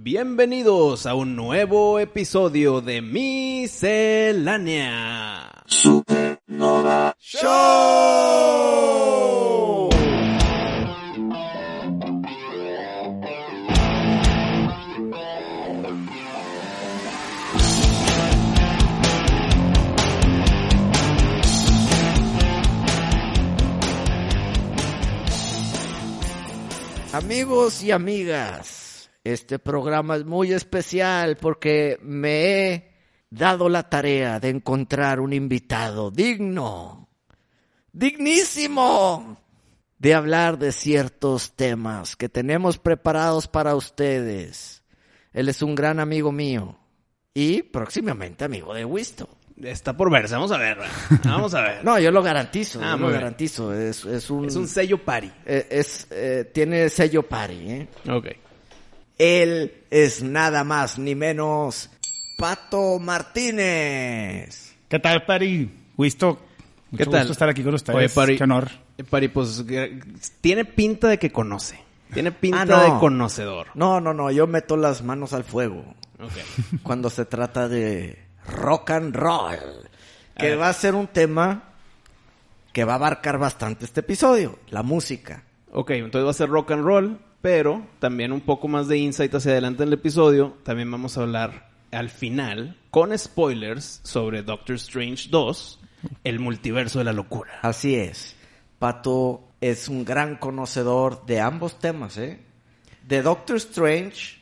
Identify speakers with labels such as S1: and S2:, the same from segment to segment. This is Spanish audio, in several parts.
S1: Bienvenidos a un nuevo episodio de Miscelánea
S2: Supernova.
S1: Show.
S3: Amigos y amigas, este programa es muy especial porque me he dado la tarea de encontrar un invitado digno, dignísimo, de hablar de ciertos temas que tenemos preparados para ustedes. Él es un gran amigo mío y próximamente amigo de Wisto.
S1: Está por verse, vamos a ver. Vamos a ver.
S3: No, yo lo garantizo,
S1: Ah,
S3: yo
S1: muy
S3: lo
S1: bien.
S3: garantizo. Es, es un,
S1: Es un sello party.
S3: eh, es, eh, tiene sello pari, ¿eh?
S1: Ok.
S3: Él es nada más ni menos Pato Martínez.
S4: ¿Qué tal, Pari? Wisto, mucho
S1: ¿Qué tal?
S4: gusto estar aquí con ustedes.
S1: Oye, Pari.
S4: Qué honor.
S1: Party, pues eh, tiene pinta de que conoce. Tiene pinta
S3: Ah, no.
S1: de conocedor.
S3: No, no, no, yo meto las manos al fuego
S1: Ok.
S3: cuando se trata de rock and roll,
S1: A
S3: que
S1: ver.
S3: va a ser un tema que va a abarcar bastante este episodio, la música.
S1: Ok, entonces va a ser rock and roll, pero también un poco más de insight hacia adelante en el episodio. También vamos a hablar al final, con spoilers, sobre Doctor Strange 2, el multiverso de la locura.
S3: Así es. Pato es un gran conocedor de ambos temas, ¿eh? De Doctor Strange,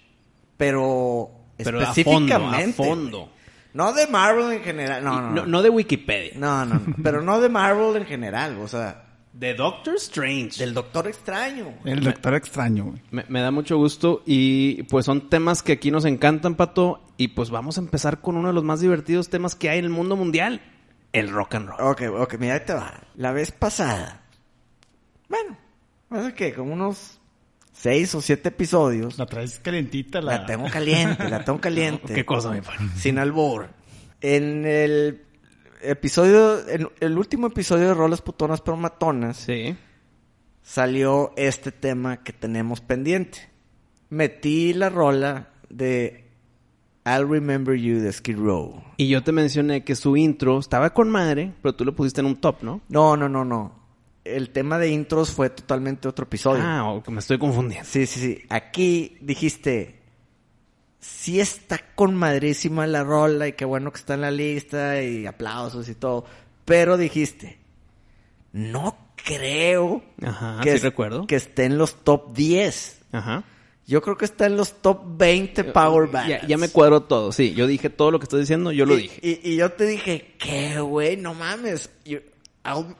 S3: pero,
S1: Pero a fondo, a
S3: específicamente.
S1: fondo.
S3: güey. No de Marvel en general. No, no,
S1: No,
S3: no.
S1: no de Wikipedia.
S3: No, no, no. Pero no de Marvel en general, o sea,
S1: De Doctor Strange.
S3: del Doctor Extraño. güey.
S4: El doctor extraño. güey.
S1: Me, me da mucho gusto y pues son temas que aquí nos encantan, Pato. Y pues vamos a empezar con uno de los más divertidos temas que hay en el mundo mundial. El rock and roll.
S3: Ok, ok, mira, ahí te va. La vez pasada, bueno, hace que como unos seis o siete episodios,
S4: La traes calentita. La,
S3: la tengo caliente, la tengo caliente.
S1: ¿Qué cosa, mi pan?
S3: Sin albur. En el episodio, en el último episodio de Rolas Putonas pero Matonas,
S1: Sí.
S3: salió este tema que tenemos pendiente. Metí la rola de I'll Remember You de Skid Row.
S1: Y yo te mencioné que su intro estaba con madre, pero tú lo pusiste en un top, ¿no?
S3: No, no, no, no. El tema de intros fue totalmente otro episodio.
S1: Ah, o que me estoy confundiendo.
S3: Sí, sí, sí. Aquí dijiste, sí está con madrísima la rola y qué bueno que está en la lista y aplausos y todo. Pero dijiste, no creo
S1: Ajá, Ah, sí
S3: es-
S1: recuerdo.
S3: que esté en los top 10.
S1: Ajá.
S3: Yo creo que está en los top 20 Power Ballads.
S1: Eh, Ya, ya me cuadró todo, sí. Yo dije todo lo que estás diciendo, yo lo
S3: Y-
S1: dije.
S3: Y, y yo te dije, qué güey, no mames. You- I'll,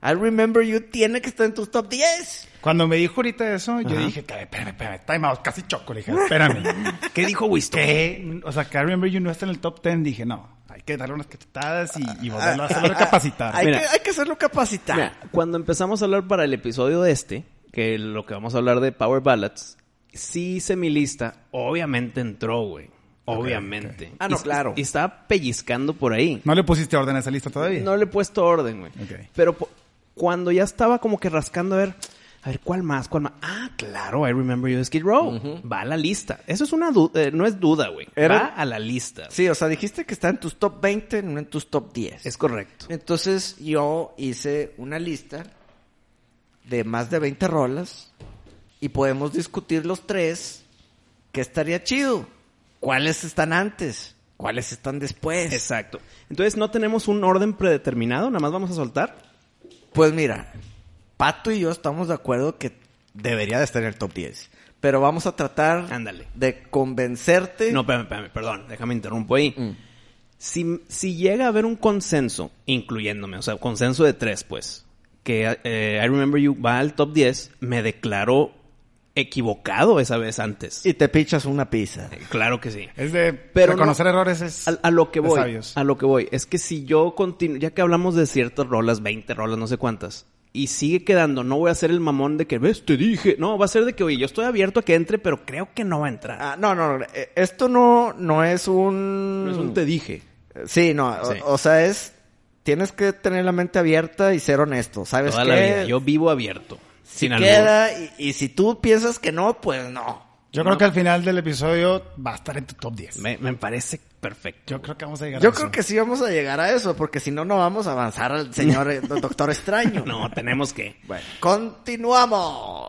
S3: I'll Remember You tiene que estar en tus top 10.
S4: Cuando me dijo ahorita eso, yo
S1: Ajá.
S4: dije, "Cabe, espérame, espérame, time out, casi choco. Le dije, espérame.
S1: ¿Qué dijo Wisto?
S4: ¿Qué? O sea, que I Remember You no está en el top 10. Dije, no, hay que darle unas cachetadas y, y volverlo
S1: Ah,
S4: a hacerlo capacitar.
S3: Hay,
S1: Mira.
S3: que, hay que hacerlo capacitar.
S1: Mira, cuando empezamos a hablar para el episodio de este, que lo que vamos a hablar de Power Ballads, sí hice mi lista. Obviamente entró, güey. Obviamente.
S3: Ah, no,
S1: Y-
S3: claro.
S1: Y estaba pellizcando por ahí.
S4: ¿No le pusiste orden a esa lista todavía?
S1: No le he puesto orden, güey.
S4: Ok.
S1: Pero po- cuando ya estaba como que rascando a ver, a ver, ¿cuál más? ¿Cuál más? Ah, claro, I remember you de Skid Row. Va a la lista. Eso es una duda, no es duda, güey.
S3: Era-
S1: Va a la lista.
S3: Sí, o sea, dijiste que está en tus top 20, no en tus top 10.
S1: Es correcto.
S3: Entonces yo hice una lista de más de 20 rolas y podemos discutir los tres que estaría chido. ¿Cuáles están antes? ¿Cuáles están después?
S1: Exacto. Entonces no tenemos un orden predeterminado, nada más vamos a soltar.
S3: Pues mira, Pato y yo estamos de acuerdo que debería de estar en el top 10. Pero vamos a tratar
S1: Ándale.
S3: de convencerte.
S1: No, espérame, espérame, perdón, déjame interrumpo ahí.
S3: Mm.
S1: Si, si llega a haber un consenso, incluyéndome, o sea, consenso de tres, pues, que eh, I Remember You va al top 10, me declaro equivocado esa vez antes.
S3: Y te pichas una pizza.
S1: Claro que sí.
S4: Es de
S1: Pero
S4: reconocer
S1: no-
S4: errores es...
S1: A, a lo que
S4: de
S1: voy,
S4: sabios.
S1: a lo que voy, es que si yo continúo, ya que hablamos de ciertas rolas, 20 rolas, no sé cuántas, y sigue quedando, no voy a ser el mamón de que, ves, te dije, no, va a ser de que, oye, yo estoy abierto a que entre, pero creo que no va a entrar.
S3: Ah, no, no, no, eh, esto no, no es un...
S1: No es un te dije.
S3: Sí, no, o-
S1: Sí.
S3: O, sea, es... Tienes que tener la mente abierta y ser honesto, ¿sabes
S1: Toda
S3: qué?
S1: la vida, yo vivo abierto.
S3: si
S1: sin albur.
S3: queda y, y si tú piensas que no, pues no.
S4: Yo creo que al final del episodio va a estar en tu top 10.
S1: Me, me parece perfecto.
S4: Yo creo que vamos a llegar a
S3: Yo
S4: eso.
S3: creo que sí vamos a llegar a eso, porque si no, no vamos a avanzar al señor eh, doctor extraño.
S1: No, tenemos que.
S3: Bueno, continuamos.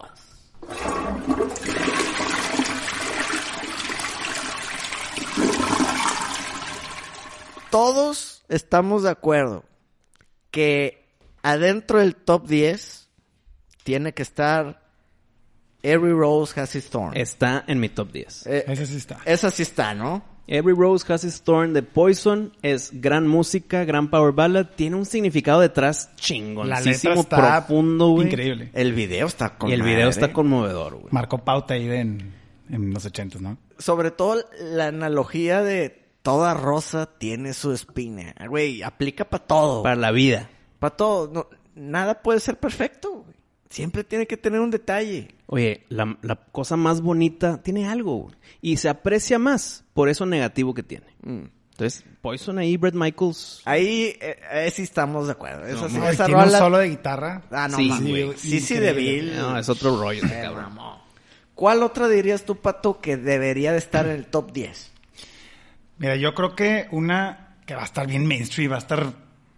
S3: Todos estamos de acuerdo que adentro del top 10 tiene que estar Every Rose Has Its Thorn.
S1: Está en mi top 10.
S3: Eh,
S4: Ese sí está.
S3: esa sí está, ¿no?
S1: Every Rose Has Its Thorn de Poison es gran música, gran power ballad, tiene un significado detrás
S4: La letra
S1: chingoncísimo,
S4: está
S1: profundo, güey.
S4: increíble.
S3: El video está con
S1: Y el video
S3: madre.
S1: está conmovedor, güey.
S4: Marcó pauta ahí de en, en los ochentas, ¿no?
S3: sobre todo la analogía de toda rosa tiene su espina. Güey, aplica para todo.
S1: Para
S3: Para
S1: la vida.
S3: todo. No, nada puede ser perfecto. güey. Siempre tiene que tener un detalle.
S1: Oye, la, la cosa más bonita tiene algo, güey. Y se aprecia más por eso negativo que tiene.
S4: Mm.
S1: Entonces, Poison ahí, Brett Michaels.
S4: Ah,
S3: Ahí, eh, ahí sí estamos de acuerdo. Esa,
S4: No, y
S3: esa
S4: tiene un
S3: rola-
S4: solo de guitarra.
S3: Ah, no,
S1: Sí,
S3: sí,
S1: sí,
S4: güey.
S3: sí, sí,
S4: Increíble.
S3: débil.
S1: No, es otro rollo, ese cabrón.
S3: ¿Cuál otra dirías tú, Pato, que debería de estar en el top 10?
S4: Mira, yo creo que una que va a estar bien mainstream, va a estar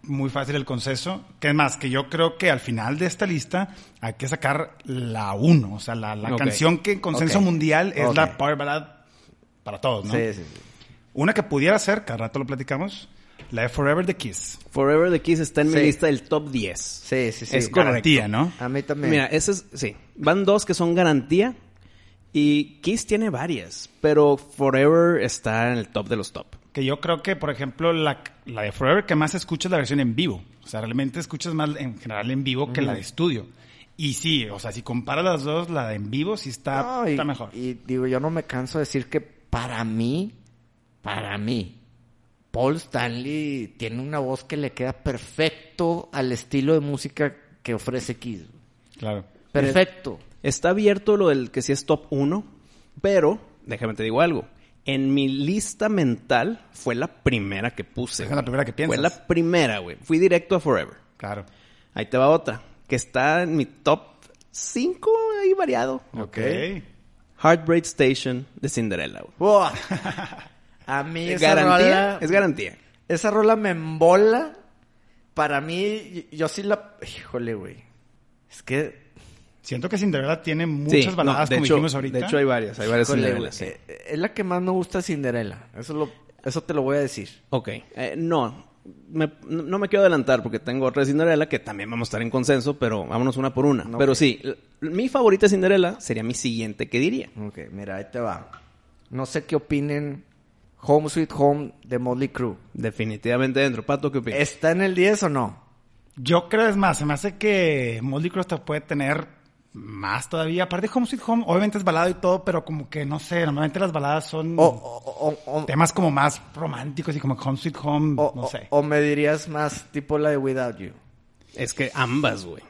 S4: muy fácil el consenso. Que es más, que yo creo que al final de esta lista hay que sacar la uno. O sea, la, la
S1: Ok.
S4: canción que en consenso
S3: Ok.
S4: mundial es
S3: Ok.
S4: la Power Ballad para todos, ¿no?
S3: Sí, sí, sí.
S4: Una que pudiera ser, cada rato lo platicamos, la de Forever the Kiss.
S1: Forever the Kiss está en mi
S3: Sí.
S1: lista del top 10.
S3: Sí, sí, sí.
S1: Es correcto.
S4: Garantía, ¿no?
S3: A mí también.
S1: Mira, ese es, sí. Van dos que son garantía. Y Kiss tiene varias. Pero Forever está en el top de los top.
S4: Que yo creo que, por ejemplo, la, la de Forever que más escuchas es la versión en vivo. O sea, realmente escuchas más en general en vivo que la de estudio. Y sí, o sea, si comparas las dos, la de en vivo sí está,
S3: No, Ah, y,
S4: está mejor.
S3: Y digo, yo no me canso de decir que para mí, para mí, Paul Stanley tiene una voz que le queda perfecto al estilo de música que ofrece Kiss.
S4: Claro.
S3: Perfecto.
S1: Está abierto lo del que sí es top 1, pero déjame te digo algo. En mi lista mental fue la primera que puse.
S4: Es
S1: güey.
S4: la primera que
S1: Fue
S4: piensas.
S1: la primera, güey. Fui directo a Forever.
S4: Claro.
S1: Ahí te va otra, que está en mi top 5, ahí variado.
S4: Ok.
S1: Heartbreak Station de Cinderella, güey.
S3: Buah. A mí
S1: ¿Es
S3: esa
S1: garantía?
S3: rola,
S1: Es garantía.
S3: esa rola me embola. Para mí, yo sí la... Híjole, güey. Es que
S4: Siento que Cinderella tiene
S1: Sí,
S4: muchas
S1: no,
S4: baladas,
S1: de
S4: como
S1: hecho,
S4: dijimos ahorita.
S1: De hecho, hay varias. Hay varias
S3: híjole,
S1: Cinderella,
S3: güey,
S1: sí.
S3: eh, es la que más me gusta Cinderella. Eso, lo, eso te lo voy a decir.
S1: Ok. Eh, no, me- no no me quiero adelantar porque tengo otra de Cinderella que también vamos a estar en consenso, pero vámonos una por una. Pero sí, l- mi favorita de Cinderella sería mi siguiente que diría.
S3: Ok, mira, ahí te va. No sé qué opinen Home Sweet Home de Motley Crue.
S1: Definitivamente dentro. Pato, ¿qué opinas?
S3: ¿Está en el 10 o no?
S4: Yo creo, es más, se me hace que Motley Crue hasta puede tener más todavía. Aparte de Home Sweet Home, obviamente es balada y todo, pero como que, no sé, normalmente las baladas son
S1: Mm.
S3: O, o- o- o-
S4: temas como más románticos y como Home Sweet Home,
S3: o-
S4: no
S3: o-
S4: sé.
S3: o me dirías más tipo la de Without You.
S1: Es que ambas, güey.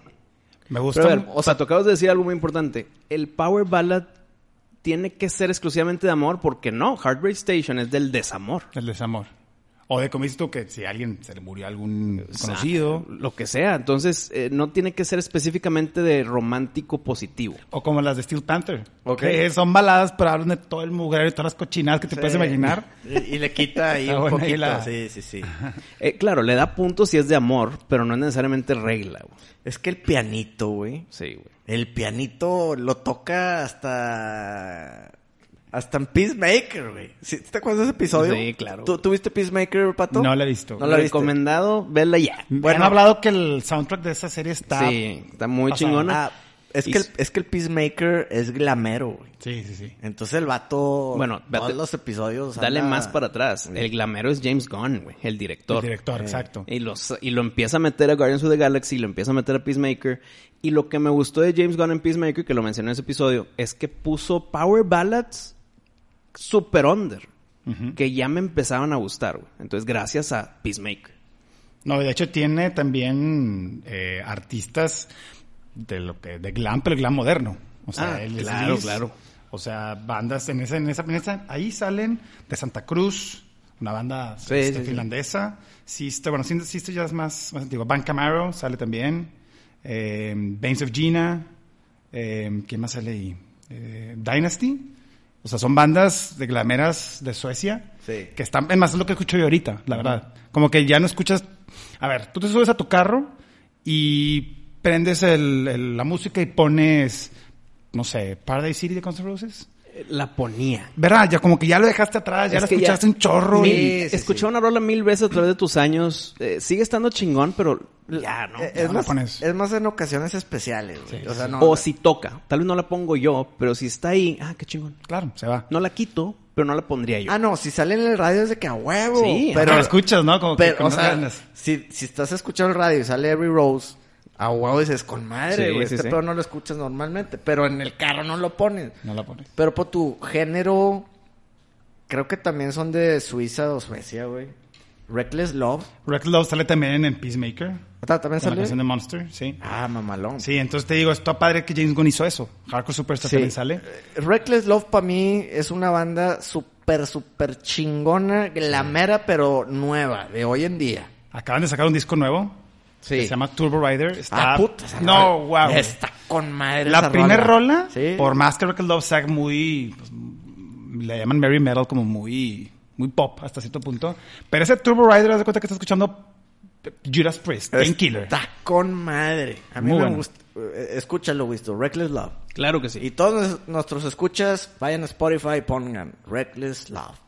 S4: Me gusta.
S1: Pero a ver,
S4: mu-
S1: o sea, tocabas de decir algo muy importante. El Power Ballad tiene que ser exclusivamente de amor porque no. Heartbreak Station es del desamor.
S4: El desamor. O de como dices tú, que si a alguien se le murió algún conocido.
S1: Lo que sea. Entonces, eh, no tiene que ser específicamente de romántico positivo.
S4: O como las de Steel Panther.
S3: Ok.
S4: Que son baladas, pero hablan de todo el mugrero y todas las cochinadas que te puedes
S3: Sí.
S4: imaginar.
S3: Y, y le quita ahí
S4: Está
S3: un
S4: buena ahí
S3: poquito.
S4: la-
S3: Sí, sí, sí.
S1: Eh, claro, le da puntos si es de amor, pero no es necesariamente regla, güey.
S3: Es que el pianito, güey.
S1: Sí, güey.
S3: El pianito lo toca hasta... Hasta en Peacemaker, güey. ¿Sí- ¿Te acuerdas de ese episodio?
S1: Sí, claro.
S3: ¿Tú, ¿Tuviste Peacemaker, Pato?
S4: No la he visto.
S3: No la viste.
S1: Recomendado, verla ya.
S4: Bueno,
S3: Bueno.
S4: han hablado que el soundtrack de esa serie está.
S1: sí, está muy
S4: pasada.
S1: chingona.
S3: Ah, Es
S1: Y
S3: que, el,
S1: s-
S3: es que el Peacemaker es glamero, güey.
S4: Sí, sí, sí.
S3: Entonces el vato.
S1: Bueno,
S3: todos
S1: date-
S3: los episodios.
S1: Dale
S3: anda-
S1: más para atrás. El glamero es James Gunn, güey, el director.
S4: El director, exacto.
S1: Y, los, y lo empieza a meter a Guardians of the Galaxy, lo empieza a meter a Peacemaker. Y lo que me gustó de James Gunn en Peacemaker, que lo mencioné en ese episodio, es que puso Power Ballads super under. Que ya me empezaban a gustar, güey. Entonces, gracias a Peacemaker.
S4: No, de hecho tiene también eh, artistas de lo que de glam, pero glam moderno. O sea,
S1: Ah,
S4: el
S1: claro,
S4: Sleaze.
S1: claro.
S4: O sea, bandas en esa, en esa, en esa- ahí salen de Santa Cruz, una banda
S1: Sí,
S4: este,
S1: sí, sí.
S4: finlandesa. Sister, bueno, Sister, Sister ya es más, más antigua. Van Camaro sale también. Eh, Veins of Gina. Eh, ¿Quién más sale ahí? Eh, Dynasty. O sea, son bandas de glameras de Suecia.
S3: Sí.
S4: Que están, es más, es lo que escucho yo ahorita, la verdad. Como que ya no escuchas. A ver, tú te subes a tu carro y prendes el- el- la música y pones, no sé, Paradise City de Guns N' Roses.
S1: La ponía.
S4: ¿Verdad? Ya como que ya lo dejaste atrás, ya
S1: Es
S4: la
S1: que ya-
S4: escuchaste un chorro.
S1: Mil-
S4: y-
S3: sí,
S1: escuché
S3: sí.
S1: una rola mil veces a través de tus años. Eh, sigue estando chingón, pero ya, ¿no?
S3: Eh,
S4: Ya
S3: Es
S4: la
S3: más,
S4: pones.
S3: es más en ocasiones especiales, güey.
S4: Sí,
S3: o sea,
S4: sí.
S3: no.
S1: o si toca. Tal vez no la pongo yo, pero si está ahí, ah, qué chingón.
S4: Claro, se va.
S1: No la quito, pero no la pondría yo.
S3: Ah, no, si sale en el radio es de que a huevo.
S1: Sí,
S4: Pero
S3: pero,
S4: la escuchas, ¿no? Como que
S3: pero,
S4: con
S3: o
S4: más
S3: sea,
S4: ganas.
S3: si, si estás escuchando el radio y sale Every Rose, a huevo dices, con madre,
S1: Sí,
S3: güey.
S1: sí,
S3: este
S1: sí.
S3: pedo no lo escuchas normalmente. Pero en el carro no lo pones.
S4: No la pones.
S3: Pero por tu género, creo que también son de Suiza o Suecia, güey. Reckless Love.
S4: Wreck Love sale también en Peacemaker.
S3: Ta- ¿También
S4: Con la
S3: salió?
S4: canción de Monster, sí.
S3: Ah, mamalón.
S4: Sí, entonces te digo, está padre que James Gunn hizo eso. Hardcore Superstar
S3: Sí.
S4: también sale.
S3: Reckless Love para mí es una banda súper, súper chingona, glamera, pero nueva, de hoy en día.
S4: Acaban de sacar un disco nuevo.
S3: Sí.
S4: Que se llama Turbo Rider. Está...
S3: Ah, puta. esa
S4: No,
S3: rola.
S4: wow.
S3: Está con madre.
S4: La
S3: esa
S4: primera rola,
S3: Sí.
S4: por más que Record Love sea muy. pues, le llaman Merry Metal, como muy. Muy pop hasta cierto punto. Pero ese Turbo Rider, haz de cuenta que está escuchando Judas Priest, Painkiller.
S3: Está con madre. A mí
S4: Muy
S3: me
S4: bueno.
S3: gusta. Eh, Escúchalo, Wisto. Reckless Love.
S1: Claro que sí.
S3: Y todos nos- nuestros escuchas, vayan a Spotify y pongan Reckless Love.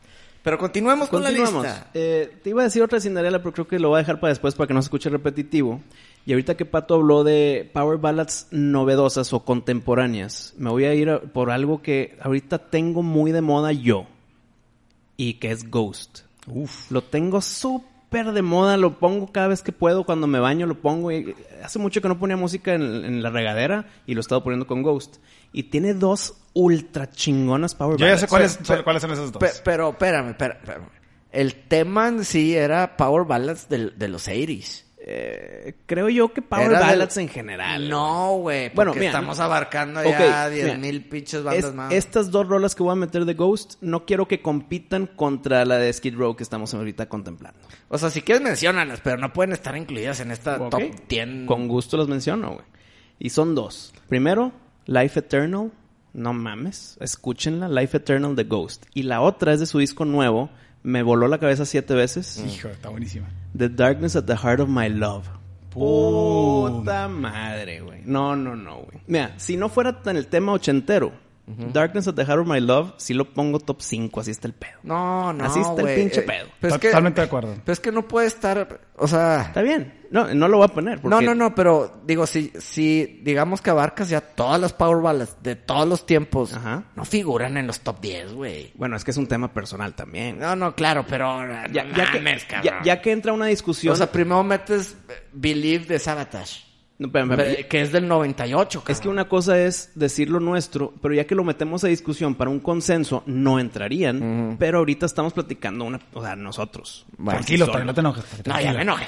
S3: Pero continuemos con
S1: Continuamos.
S3: la lista.
S1: Eh, te iba a decir otra cinderela, pero creo que lo voy a dejar para después para que no se escuche repetitivo. Y ahorita que Pato habló de power ballads novedosas o contemporáneas, me voy a ir a- por algo que ahorita tengo muy de moda yo. Y que es Ghost.
S4: Uf.
S1: Lo tengo súper de moda, lo pongo cada vez que puedo, cuando me baño lo pongo. y- hace mucho que no ponía música en, en la regadera y lo he estado poniendo con Ghost. Y tiene dos ultra chingonas power
S4: Yo ya sé
S1: ballads.
S4: cuáles,
S3: Pero- pero-
S4: cuáles son esas dos.
S3: Pe- pero espérame, espérame, espérame. El tema en sí era Power Ballads del- de los 80s.
S1: Eh, creo yo que Power
S3: Era del-
S1: Ballads en general.
S3: No, güey. Porque
S1: Bueno, mira,
S3: estamos abarcando
S1: Ok,
S3: ya
S1: mira,
S3: 10.000 pinches bandas
S1: es-
S3: más.
S1: Estas dos rolas que voy a meter de Ghost no quiero que compitan contra la de Skid Row que estamos ahorita contemplando.
S3: O sea, si quieres menciónalas, pero no pueden estar incluidas en esta
S1: Ok.
S3: top 10.
S1: Con gusto las menciono, güey. Y son dos. Primero, Life Eternal. No mames. Escúchenla. Life Eternal de Ghost. Y la otra es de su disco nuevo. Me voló la cabeza siete veces.
S4: Hijo, está buenísima.
S1: The Darkness at the Heart of My Love.
S4: Pum.
S1: Puta madre, güey. No, no, no, güey. Mira, si no fuera tan el tema ochentero, Darkness at the Heart of My Love, si lo pongo top 5, así está el pedo.
S3: No, no.
S1: Así está el
S3: güey.
S1: pinche
S3: Eh,
S1: pedo.
S3: pero es que-
S4: Totalmente de acuerdo.
S3: Pero es que no puede estar. O sea.
S1: Está bien. No, no lo voy a poner.
S3: No,
S1: porque-
S3: no, no, pero digo, si, si digamos que abarcas ya todas las Power Ballads de todos los tiempos,
S1: Ajá.
S3: no figuran en los top 10, güey.
S1: Bueno, es que es un tema personal también.
S3: No, no, claro, pero.
S1: ya,
S3: no
S1: ya
S3: mames,
S1: que,
S3: cabrón.
S1: ya, ya que entra una discusión.
S3: O sea, primero metes eh, Believe de Sabotage,
S1: No, espérame, espérame.
S3: que es del 98, cabrón.
S1: es que una cosa es decir lo nuestro, pero ya que lo metemos a discusión para un consenso, no entrarían. Pero ahorita estamos platicando una, o sea, nosotros.
S3: Bueno,
S4: Tranquilo,
S1: solo.
S4: tranquilo, no te enojes.
S3: No, ya me enojé.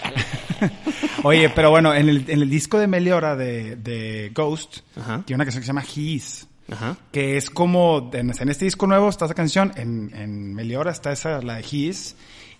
S4: Oye, pero bueno, en el, en el disco de Meliora de, de Ghost,
S1: Ajá.
S4: tiene una canción que se llama His.
S1: Ajá.
S4: que es como en, en este disco nuevo está esa canción, en, en Meliora está esa, la de His,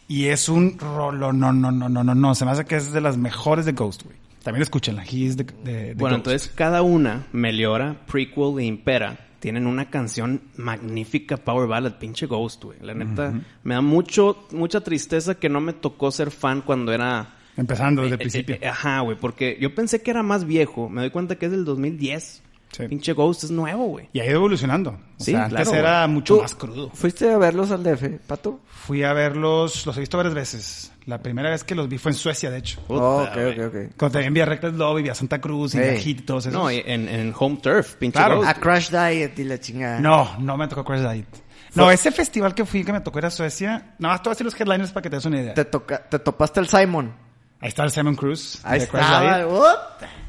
S4: y es un rolo, no, no, no, no, no, no, se me hace que es de las mejores de Ghost, güey. También escuchen la His de, de, de
S1: Bueno,
S4: Ghost.
S1: entonces cada una, Meliora, Prequel e Impera, tienen una canción magnífica, Power Ballad, pinche Ghost, güey. La neta, me da mucho, mucha tristeza que no me tocó ser fan cuando era...
S4: Empezando desde el
S1: Eh,
S4: principio.
S1: eh, ajá, güey, porque yo pensé que era más viejo. Me doy cuenta que es del 2010.
S4: Sí.
S1: Pinche Ghost es nuevo, güey.
S4: Y ha ido evolucionando. O
S1: eh. Sí,
S4: sea, antes
S1: claro,
S4: era
S1: güey.
S4: mucho
S3: Tú-
S4: más crudo.
S3: ¿Fuiste a verlos al DF, Pato?
S4: Fui a verlos, los he visto varias veces. La primera vez que los vi fue en Suecia, de hecho.
S1: Puta,
S3: Oh, ok,
S1: güey.
S3: ok, ok.
S4: Cuando también vi a Reckless Love y vi a Santa Cruz y vi a
S3: Sí.
S4: Hit y todos esos.
S1: No, y eh. en, en Home Turf, pinche
S4: Claro.
S1: Ghost.
S3: A Crash Diet y la chingada.
S4: No, no me tocó Crash Diet. No, ese festival que fui que me tocó era Suecia. Nada más te voy a decir los headliners para que te des una idea.
S3: Te, toca- te topaste el Simon.
S4: Ahí está el Simon Cruz.
S3: Ahí
S4: de Crash
S3: estaba.
S4: Diet.
S3: what?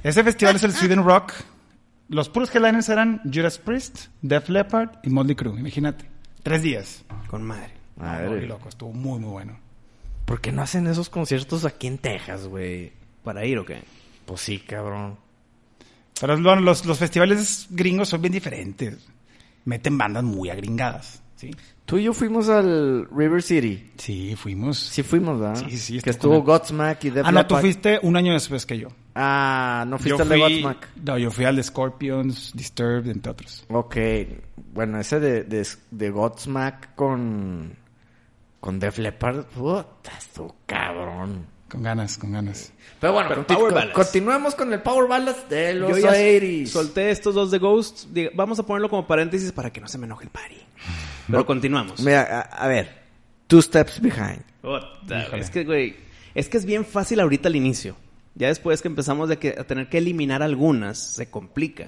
S4: Ese festival es el Sweden Rock. Los puros headliners eran Judas Priest, Def Leppard y Motley Crue. Imagínate. Tres días.
S1: Con madre.
S4: Muy loco. Estuvo muy, muy bueno.
S3: ¿Por qué no hacen esos conciertos aquí en Texas, güey?
S1: ¿Para ir o qué?
S3: Pues sí, cabrón.
S4: Pero lo- los, los festivales gringos son bien diferentes. Meten bandas muy agringadas. Sí,
S3: Tú y yo fuimos al River City.
S4: sí fuimos.
S3: Sí fuimos, ¿verdad?
S4: Sí, sí,
S3: Que
S4: estuvo
S3: estuvo
S4: con-
S3: Godsmack y Def
S4: ah, no, tú
S3: Leppard.
S4: fuiste un año después que yo.
S3: Ah, no
S4: Yo
S3: fuiste al de
S4: fui,
S3: Godsmack.
S4: no, yo fui al de Scorpions, Disturbed, entre otros.
S3: Ok. Bueno, ese de, de, de Godsmack con... Con Def Leppard. Puta, estuvo cabrón.
S4: Con ganas, con ganas.
S3: Pero bueno,
S1: Pero
S3: conti-
S1: Power
S3: con-
S1: Ballads.
S3: continuemos con el Power Ballads de los
S1: Yo ya
S3: 80s.
S1: solté estos dos de Ghost. Diga- Vamos a ponerlo como paréntesis para que no se me enoje el party. Pero continuamos.
S3: Mira, a, a ver. Two Steps Behind.
S1: Puta,
S4: Híjole.
S1: es que, güey, es que es bien fácil ahorita al inicio. Ya después que empezamos de que- a tener que eliminar algunas, se complica.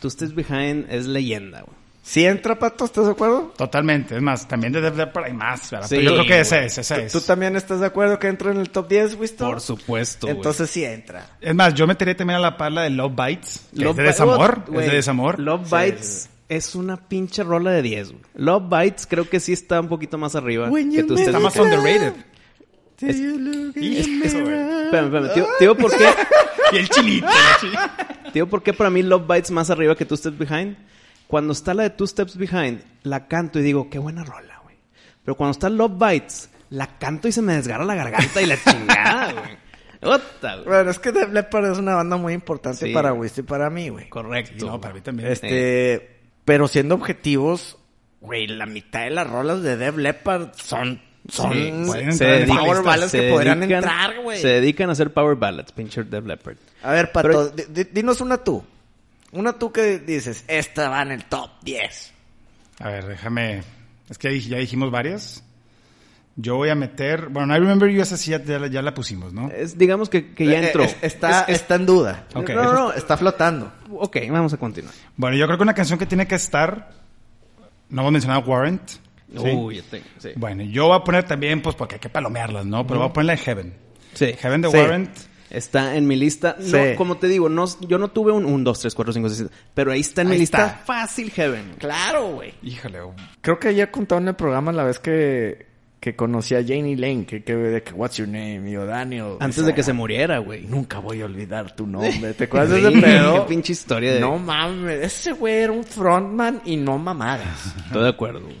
S1: Tú estés behind es leyenda, güey.
S3: Si entra, Pato, ¿estás de acuerdo?
S4: Totalmente. Es más, también de Def Leppard hay más. ¿verdad?
S1: Sí,
S4: Pero yo creo que ese
S1: güey.
S4: es, ese es.
S3: ¿Tú también estás de acuerdo que entra en el top 10, Winston?
S1: Pues. Por supuesto, güey.
S3: Entonces sí entra.
S4: Es más, yo metería también a la parla de Love Bites. que
S1: Love
S4: es de
S1: Bi-
S4: desamor.
S1: Güey,
S4: es de desamor.
S1: Love Bites es una pinche rola de 10, güey. Love Bites creo que sí está un poquito más arriba
S3: When
S1: que
S3: you
S1: tú
S3: make
S1: estés
S4: Está más
S1: behind.
S4: underrated.
S1: Es-
S4: Y eso, güey.
S1: Espérame, espérame. Tío, tío, ¿por qué?
S4: Y el chilito.
S1: Tío, ¿por qué para mí Love Bites más arriba que Two Steps Behind? Cuando está la de Two Steps Behind, la canto y digo, qué buena rola, güey. Pero cuando está Love Bites, la canto y se me desgarra la garganta y la chingada, güey. Ota, güey.
S3: Bueno, es que Def Leppard es una banda muy importante
S1: Sí.
S3: para Winston y para mí, güey.
S1: Correcto.
S4: Sí, no,
S1: güey.
S4: para mí también.
S3: Este, pero siendo objetivos, güey, la mitad de las rolas de Def Leppard son, son
S1: Sí,
S4: pueden
S1: se
S4: entrar en
S1: dedican-
S4: power
S1: se
S3: ballads que podrían
S1: dedican-
S3: entrar, güey.
S1: Se dedican a hacer power ballads, pinche Def Leppard.
S3: A ver, Pato,
S1: Pero-
S3: di- di- dinos una tú. Una tú que dices, esta va en el top 10.
S4: A ver, déjame. Es que ya dij- ya dijimos varias. Yo voy a meter. Bueno, I Remember You, esa sí ya, ya la- ya la pusimos, ¿no?
S1: Es, digamos que, que ya
S3: Eh,
S1: entró.
S3: es- está,
S1: Es- es-
S3: está en duda.
S4: Ok.
S3: No, no, está flotando.
S1: ok, vamos a continuar.
S4: Bueno, yo creo que una canción que tiene que estar. No hemos mencionado Warrant. ¿sí?
S1: Uy, ya tengo, sí.
S4: Bueno, yo voy a poner también, pues porque hay que palomearlas, ¿no? Pero voy a poner la de Heaven.
S1: Sí.
S4: Heaven de
S3: Sí.
S4: Warrant.
S1: Está en mi lista. No,
S3: Sí.
S1: como te digo, no, yo no tuve un 1, 2, 3, 4, 5, 6, pero ahí está en mi
S4: Ahí
S1: lista.
S4: está.
S1: Fácil, Heaven.
S3: Claro, güey.
S4: Híjole, güey.
S3: Creo que ayer contaron en el programa la vez que, que conocí a Janie Lane, que, que de que, what's your name, y yo, Daniel.
S1: Antes de que se muriera, güey.
S3: Nunca voy a olvidar tu nombre. ¿Te acuerdas de
S1: Sí,
S3: ese pedo?
S1: Qué pinche historia. De...
S3: No mames, ese güey era un frontman y no mamadas.
S1: Estoy de acuerdo. güey.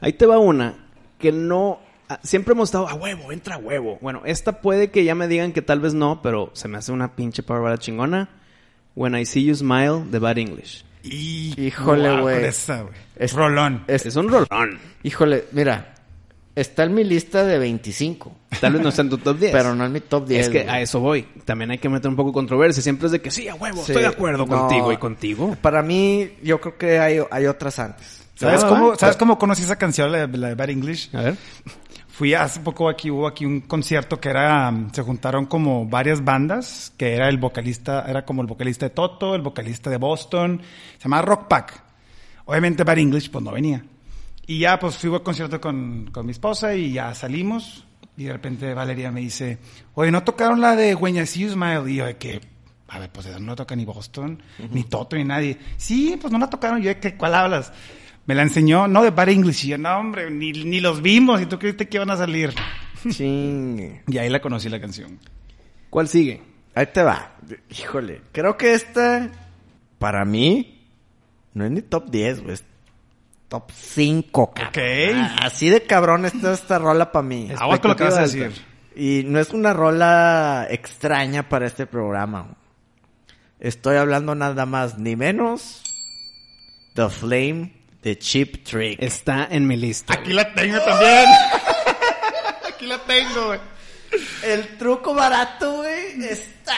S1: Ahí te va una que no... ah, Siempre hemos estado a huevo, entra a huevo. Bueno, esta puede que ya me digan que tal vez no, pero se me hace una pinche palabra chingona. When I See You Smile, de Bad English.
S4: Y-
S3: Híjole,
S4: guau,
S3: güey.
S4: con esa, güey.
S3: Es-
S4: Rolón.
S3: Es-
S1: Es un rolón.
S3: híjole, mira, está en mi lista de 25,
S1: Tal vez no está en tu top 10.
S3: pero no en mi top 10.
S1: Es que
S3: güey.
S1: a eso voy. También hay que meter un poco de controversia. Siempre es de que sí, a huevo,
S3: Sí,
S1: estoy de acuerdo
S3: no.
S1: contigo y contigo.
S3: Para mí, yo creo que hay, hay otras antes.
S4: ¿Sabes,
S1: Ah,
S4: cómo,
S1: ah.
S4: ¿Sabes cómo conocí esa canción, la, de- la de Bad English?
S1: A ver.
S4: Fui hace poco aquí, hubo aquí un concierto que era, mm, se juntaron como varias bandas, que era el vocalista, era como el vocalista de Toto, el vocalista de Boston, se llamaba Rock Pack. Obviamente Bad English pues no venía. Y ya pues fui al concierto con, con mi esposa y ya salimos y de repente Valeria me dice, oye, ¿no tocaron la de When I See You Smile? Y yo de que, a ver, pues de dónde no toca ni Boston, ni Toto, ni nadie. Sí, pues no la tocaron. Yo de que, ¿cuál hablas? Me la enseñó, no de Bad English. Y yo, no, hombre, ni, ni los vimos. ¿Y tú creíste que iban a salir?
S3: Chingue.
S4: Y ahí la conocí la canción.
S1: ¿Cuál sigue?
S3: Ahí te va. Híjole, creo que esta, para mí, no es ni top 10, güey. es Top 5, cabrón.
S4: Ok.
S3: Ah, Así de cabrón está esta rola para mí.
S1: Es-
S4: Aguas con lo que vas a
S1: Expectativa
S4: decir.
S1: alta.
S3: Y no es una rola extraña para este programa. Estoy hablando nada más ni menos The Flame de Cheap Trick.
S1: Está en mi
S3: Ah,
S1: lista.
S4: Aquí la tengo también. aquí la tengo, güey.
S3: El truco barato, güey, está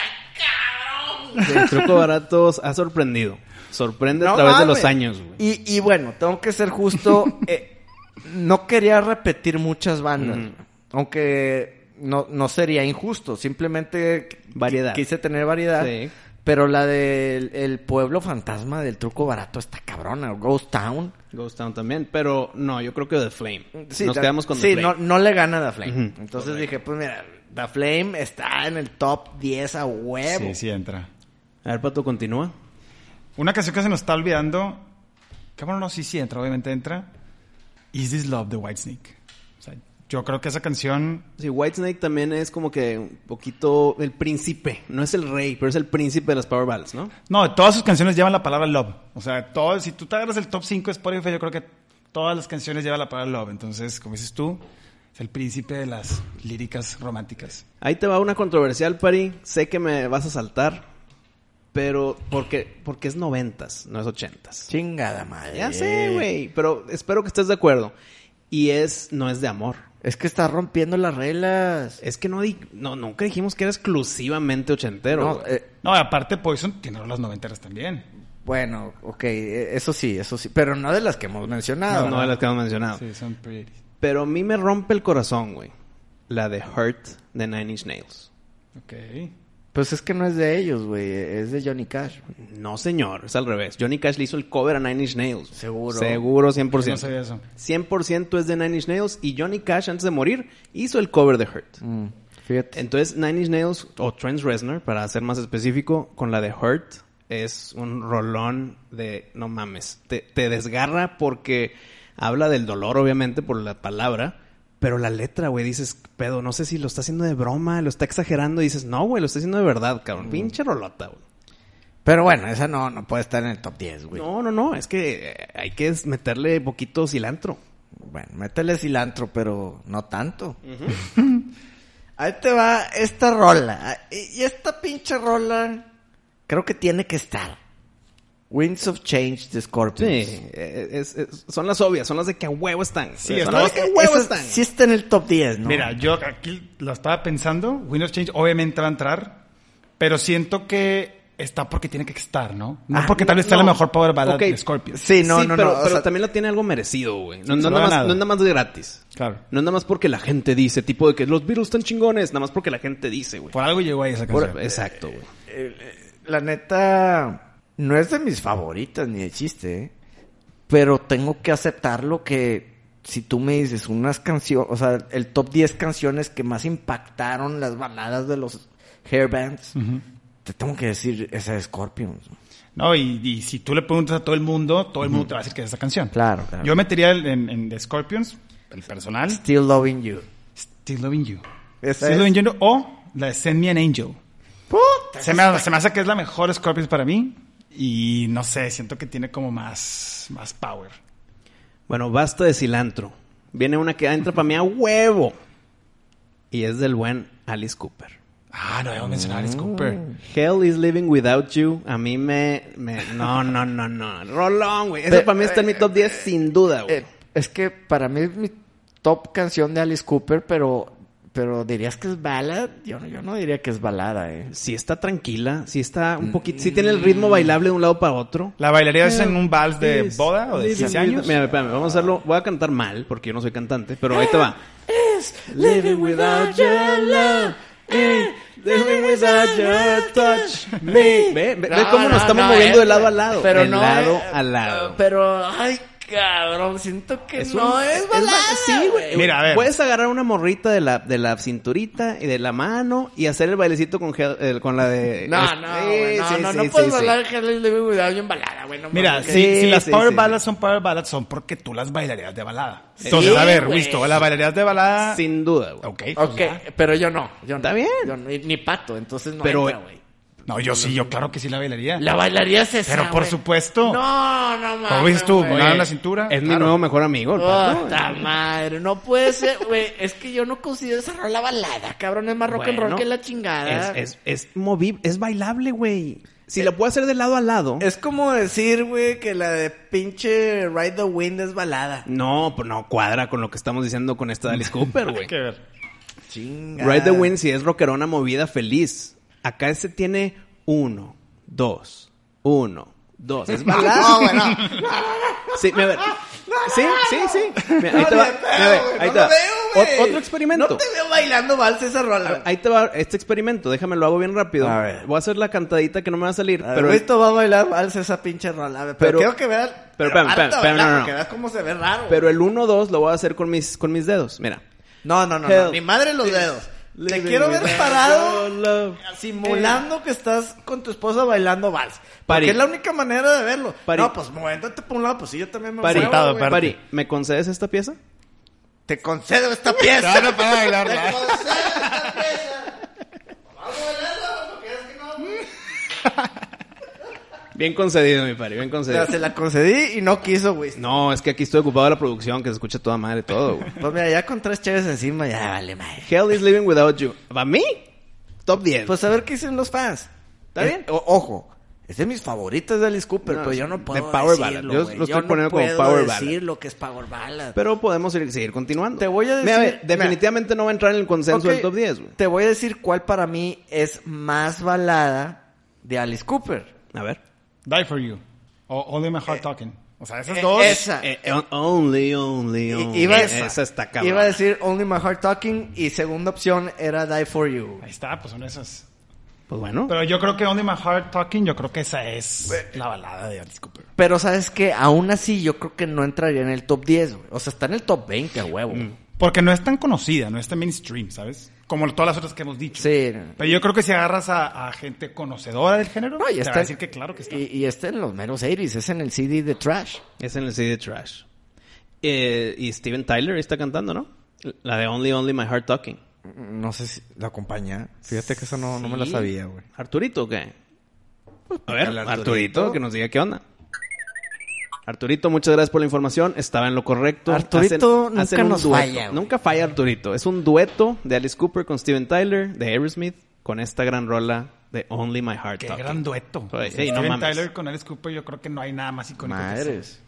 S3: cabrón,
S1: El truco barato ha sorprendido. Sorprende a través de los años, güey.
S3: Y, y bueno, tengo que ser justo. eh, no quería repetir muchas bandas.
S1: Mm.
S3: Aunque no, no sería injusto. Simplemente qui-
S1: Variedad.
S3: quise tener variedad.
S1: Sí.
S3: Pero la del el pueblo fantasma del truco barato está cabrona. Ghost Town.
S1: Ghost Town también, pero no, yo creo que The Flame.
S3: Sí,
S1: Nos
S3: da-
S1: quedamos con The
S3: Sí,
S1: Flame.
S3: No, no le gana Da Flame.
S1: Ujú.
S3: Entonces dije, pues mira, Da Flame está en el top 10 a huevo.
S4: Sí, sí entra.
S1: A ver, Pato, continúa.
S4: Una canción que se nos está olvidando. Cabrón, no, sí, sí entra, obviamente entra. Is This Love de Whitesnake. O sea, yo creo que esa canción.
S1: Sí, Whitesnake también es como que un poquito el príncipe. No es el rey, pero es el príncipe de las Power Ballads, ¿no?
S4: No, todas sus canciones llevan la palabra love. O sea, todo, si tú te agarras el top 5 de Spotify, yo creo que todas las canciones llevan la palabra love. Entonces, como dices tú, es el príncipe de las líricas románticas.
S1: Ahí te va una controversial, Pari. Sé que me vas a saltar, pero porque, porque es noventas, no es ochentas.
S3: Chingada madre.
S1: Ya
S4: Eh.
S1: sé, güey, pero espero que estés de acuerdo. Y es, no es de amor.
S3: Es que está rompiendo las reglas.
S1: Es que no, di- no nunca dijimos que era exclusivamente ochentero.
S3: No,
S1: güey.
S3: eh,
S4: No, y aparte Poison tiene las noventeras también.
S3: bueno, ok, eh, eso sí, eso sí. Pero no de las que hemos mencionado.
S1: no, no de las que hemos mencionado.
S4: Sí, son pretty.
S1: Pero a mí me rompe el corazón, güey. La de Hurt de Nine Inch Nails.
S4: Ok.
S3: Pues es que no es de ellos, güey. e, Es de Johnny Cash. güey.
S1: No, señor, es al revés. Johnny Cash le hizo el cover a Nine Inch Nails.
S3: Seguro.
S1: Seguro,
S4: Yo
S1: 100%.
S4: no sabía eso.
S1: 100% es de Nine Inch Nails y Johnny Cash antes de morir hizo el cover de Hurt.
S3: Mm, fíjate.
S1: Entonces Nine Inch Nails o Trent Reznor, para ser más específico, con la de Hurt es un rolón de no mames, te, te desgarra porque habla del dolor obviamente por la palabra, pero la letra, güey, dices, pedo, no sé si lo está haciendo de broma, lo está exagerando y dices, no, güey, lo está haciendo de verdad, cabrón, pinche rolota, güey.
S3: Pero bueno, esa no, no puede estar en el top 10, güey.
S1: No, no, no, es que eh, hay que meterle poquito cilantro.
S3: Bueno, métele cilantro, pero no tanto. Ahí te va esta rola. Y y esta pinche rola creo que tiene que estar. Winds of Change de Scorpions.
S1: Sí, eh, es- es- son las obvias, son las de que a huevo están.
S4: Sí,
S1: son
S4: está-
S1: las de que a huevo
S3: Esa
S1: están.
S3: Sí está en el top 10, ¿no?
S4: Mira, yo aquí lo estaba pensando. Wind of Change obviamente va a entrar. Pero siento que está porque tiene que estar, ¿no? No
S1: Ah,
S4: porque tal vez sea
S1: no.
S4: la mejor power ballad
S1: Ok.
S4: de Scorpions.
S3: Sí, no, no,
S1: pero,
S3: no, o
S1: pero
S3: sea-
S1: también lo tiene algo merecido, güey. No,
S4: Sí,
S1: no,
S4: se lo
S1: nada
S4: ha
S1: más-
S4: ganado.
S1: no es nada más de gratis.
S4: Claro.
S1: No es nada más porque la gente dice, tipo de que los virus están chingones, nada más porque la gente dice, güey.
S4: Por algo llegó ahí esa canción.
S1: Por- Exacto, güey.
S3: eh, La neta, no es de mis favoritas ni de chiste, ¿eh? pero tengo que aceptarlo que si tú me dices unas canciones, o sea, el top 10 canciones que más impactaron las baladas de los hairbands, te tengo que decir esa de Scorpions.
S4: No, y, y si tú le preguntas a todo el mundo, todo el mundo te va a decir que es esa canción.
S3: Claro, claro.
S4: Yo metería el- en, en The Scorpions, el personal,
S3: Still Loving You.
S4: Still Loving You.
S3: Esa
S4: Still
S3: es-
S4: Loving You o la de Send Me an Angel.
S3: Puta,
S4: Se me, se me hace que es la mejor Scorpions para mí. Y no sé, siento que tiene como más, más power.
S1: Bueno, basta de cilantro. Viene una que entra para mí a huevo. Y es del buen Alice Cooper.
S4: Ah, no debo mencionar a Alice Cooper.
S1: Hell is living without you. A mí me. me- no, no, no, no. Rolón, güey. Eso
S3: Pe-
S1: para mí está en mi top 10 sin duda, güey.
S3: Eh, es que para mí es mi top canción de Alice Cooper, pero, pero dirías que es balada. Yo, no- yo no diría que es balada, ¿eh?
S1: Si está tranquila, si está un poquito, si tiene el ritmo bailable de un lado para otro.
S4: ¿La bailarías en un vals de
S1: Yes.
S4: boda o de
S1: Living
S4: 15
S1: with-
S4: años?
S1: Mira, espérame, vamos a hacerlo. Voy a cantar mal porque yo no soy cantante, pero ahí te va. Living without your love. eh, Living without your touch. Me. Ve, ve, ve
S3: No,
S1: cómo nos
S3: no,
S1: estamos
S3: no,
S1: moviendo
S3: es-
S1: de lado a lado.
S3: Pero
S1: de
S3: no,
S1: lado
S3: eh,
S1: a lado.
S3: Pero, ay, cabrón, siento que no
S1: un-
S3: es balada.
S1: ba- sí, güey.
S4: Mira, a ver.
S1: Puedes agarrar una morrita de la, de la cinturita y de la mano y hacer el bailecito con, gel- eh, con la de.
S3: No,
S1: Sí,
S3: no, güey, no,
S1: sí,
S3: no,
S1: sí,
S3: no
S1: sí,
S3: puedes
S1: sí.
S3: bailar Hell is Living Without You en balada, güey. no
S4: Mira,
S3: mames.
S4: si,
S1: Sí,
S4: si las
S1: sí,
S4: power
S1: sí.
S4: ballads son power ballads son porque tú las bailarías de balada. Entonces, a ver,
S3: güey.
S4: listo, las bailarías de balada.
S1: Sin duda, güey.
S4: Ok. pues
S3: Ok,
S4: ya.
S3: pero yo no. Yo no
S1: Está bien.
S3: Yo no, ni pato, entonces no
S1: Pero-
S3: entra, güey.
S4: No, yo sí, yo claro que sí la bailaría.
S3: La bailaría es esa,
S4: Pero por
S3: güey.
S4: supuesto.
S3: No, no mames.
S4: Como ves tú,
S3: güey.
S4: nada en la cintura.
S1: Es mi
S4: claro.
S1: nuevo mejor amigo.
S3: Oh,
S1: el Pato, güey.
S3: Puta Ah, madre, no puede ser, güey. Es que yo no considero esa rola balada, cabrón. Es más rock and roll
S1: Bueno,
S3: que la chingada.
S1: Es, es, es movi- es bailable, güey. Si la puedo hacer de lado a lado.
S3: Eh, Es como decir, güey, que la de pinche Ride the Wind es balada.
S1: No, pues no cuadra con lo que estamos diciendo con esta de Alice Cooper, güey.
S4: Hay que ver.
S3: Chinga.
S1: Ride the Wind si es rockerona movida feliz. Acá ese tiene este uno, dos, uno, dos. Es balada.
S3: No, bueno.
S1: Sí, mira, a ver. Sí, sí, sí. Mira, ahí te va.
S3: le veo,
S1: Mira, a ver,
S3: güey,
S1: ahí
S3: no
S1: te va.
S3: lo veo, güey.
S1: Ot- Otro experimento.
S3: No te veo bailando vals esa
S1: A ver,
S3: rola.
S1: Ahí te va este experimento. Déjame lo hago bien rápido.
S3: A ver.
S1: Voy a hacer la cantadita que no me va a salir.
S3: pero
S1: Pero
S3: esto va a bailar vals esa pinche rola. A ver,
S1: Pero-
S3: Pero, quiero que veas.
S1: pero espérame,
S3: harta
S1: espérame, espérame,
S3: bailar,
S1: no, no,
S3: porque
S1: no.
S3: veas cómo se ve raro.
S1: pero el 1-2 lo voy a hacer con mis, con mis dedos. Mira.
S3: no, no, no, no.
S1: Hell.
S3: Mi madre los dedos. Te quiero ver parado simulando que estás con tu esposa bailando vals. Porque
S1: Pari.
S3: es la única manera de verlo.
S1: Pari.
S3: No, pues moviéndote por un lado, pues sí, yo también me
S1: Pari,
S3: muevo,
S4: Sentado,
S3: güey.
S4: par-
S1: Pari, ¿me concedes esta pieza?
S3: Te concedo esta pieza.
S4: No, no para bailar,
S3: Te
S4: ¿no?
S3: concedo esta pieza. Vamos a bailarla, ¿no quieres que no?
S1: Bien concedido, mi Pari, bien
S3: O
S1: concedido.
S3: sea, se la concedí y no quiso, güey.
S1: No, es que aquí estoy ocupado de la producción, que se escucha toda madre todo, güey.
S3: Pues mira, ya con tres chaves encima, ya vale, madre.
S1: Hell is living without you. ¿Para mí? Top 10.
S3: Pues a ver qué dicen los fans.
S1: ¿Está
S3: Eh,
S1: bien?
S3: o- ojo, es de mis favoritas de Alice Cooper,
S1: No,
S3: pero yo no
S1: de
S3: puedo
S1: power ballad.
S3: decirlo,
S1: Yo
S3: güey.
S1: lo estoy
S3: no
S1: poniendo como
S3: puedo
S1: power
S3: decir
S1: ballad.
S3: lo que es power ballad.
S1: Pero podemos ir- seguir continuando.
S3: Te voy a
S1: Mira,
S3: decir-
S1: ver, definitivamente no va a entrar en el consenso
S3: Ok,
S1: del top 10, güey.
S3: Te voy a decir cuál para mí es más balada de Alice Cooper.
S1: A ver.
S4: Die for you. O Only My Heart Talking. O sea, esas
S3: eh,
S4: dos.
S3: esa.
S1: Eh, eh, only, only, only.
S3: I- iba, a-
S1: Esa está cabrón.
S3: iba a decir Only My Heart Talking y segunda opción era Die For You.
S4: Ahí está, pues son esas.
S1: Pues bueno.
S4: Pero yo creo que Only My Heart Talking, yo creo que esa es la balada de Alice Cooper.
S3: Pero sabes que aún así yo creo que no entraría en el top 10, güey. O sea, está en el top 20, a huevo.
S4: Porque no es tan conocida, no es tan mainstream, ¿sabes? Como todas las otras que hemos dicho.
S3: Sí.
S4: Pero yo creo que si agarras a, a gente conocedora del género,
S3: No, y
S4: te
S3: está,
S4: va a decir que claro que está.
S3: Y, y está en los meros 80 es en el CD de Trash.
S1: Es en el CD de Trash. Eh, y Steven Tyler está cantando, ¿no? La de Only, Only My Heart Talking.
S3: No sé si la acompaña. Fíjate que eso no,
S1: Sí. ¿Arturito o qué? A ver,
S3: el
S1: Arturito.
S3: Arturito,
S1: que nos diga qué onda. Arturito, muchas gracias por la información. Estaba en lo correcto.
S3: Arturito nunca
S1: un
S3: nos
S1: dueto.
S3: falla, güey.
S1: Nunca falla Arturito. Es un dueto de Alice Cooper con Steven Tyler, de Aerosmith, con esta gran rola de Only My Heart
S4: Qué
S1: Talking.
S4: gran dueto.
S3: Pues
S1: Oye,
S4: Steven
S1: ey, no mames.
S4: Tyler con Alice Cooper, yo creo que no hay nada más icónico que eso.
S3: Madres.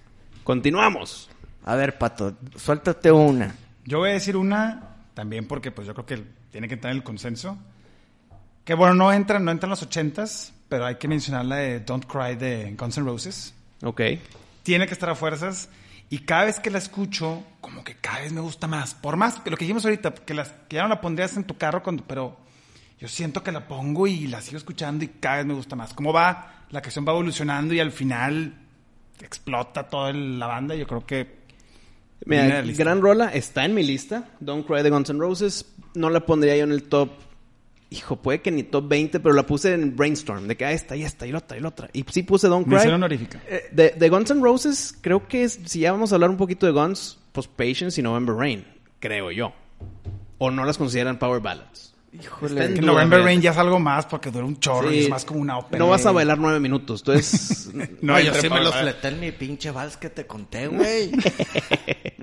S1: Continuamos.
S3: A ver, Pato, suéltate una.
S4: Yo voy a decir una también porque pues yo creo que tiene que entrar en el consenso. Que bueno, no entra, no entra en los ochentas, pero hay que mencionar la de Don't Cry de Guns N' Roses.
S1: Ok.
S4: Tiene que estar a fuerzas. Y cada vez que la escucho, como que cada vez me gusta más. Por más que lo que dijimos ahorita, que, las, que ya no la pondrías en tu carro, cuando, pero yo siento que la pongo y la sigo escuchando y cada vez me gusta más. Cómo va, la canción va evolucionando y al final explota toda el- la banda. Yo creo que Viene
S1: Mira,
S4: la lista.
S1: gran rola está en mi lista. Don't Cry de Guns N' Roses. No la pondría yo en el top. Hijo, puede que ni top 20, pero la puse en brainstorm. De que ah, esta y esta y la otra y la otra. Y sí puse Don't
S4: me
S1: Cry.
S4: hicieron honorífica.
S1: Eh, de, de Guns N' Roses, creo que es- si ya vamos a hablar un poquito de Guns, pues Patience y November Rain, creo yo. O no las consideran Power Ballads. Está en
S4: Que
S1: duda,
S4: November Rain
S1: fíjate.
S4: ya es algo más porque dura un chorro y
S1: Sí.
S4: es más como una ópera.
S1: No vas a bailar nueve minutos, entonces...
S4: No,
S3: Ay,
S4: yo sí me lo
S3: fleté en mi pinche vals que te conté, güey.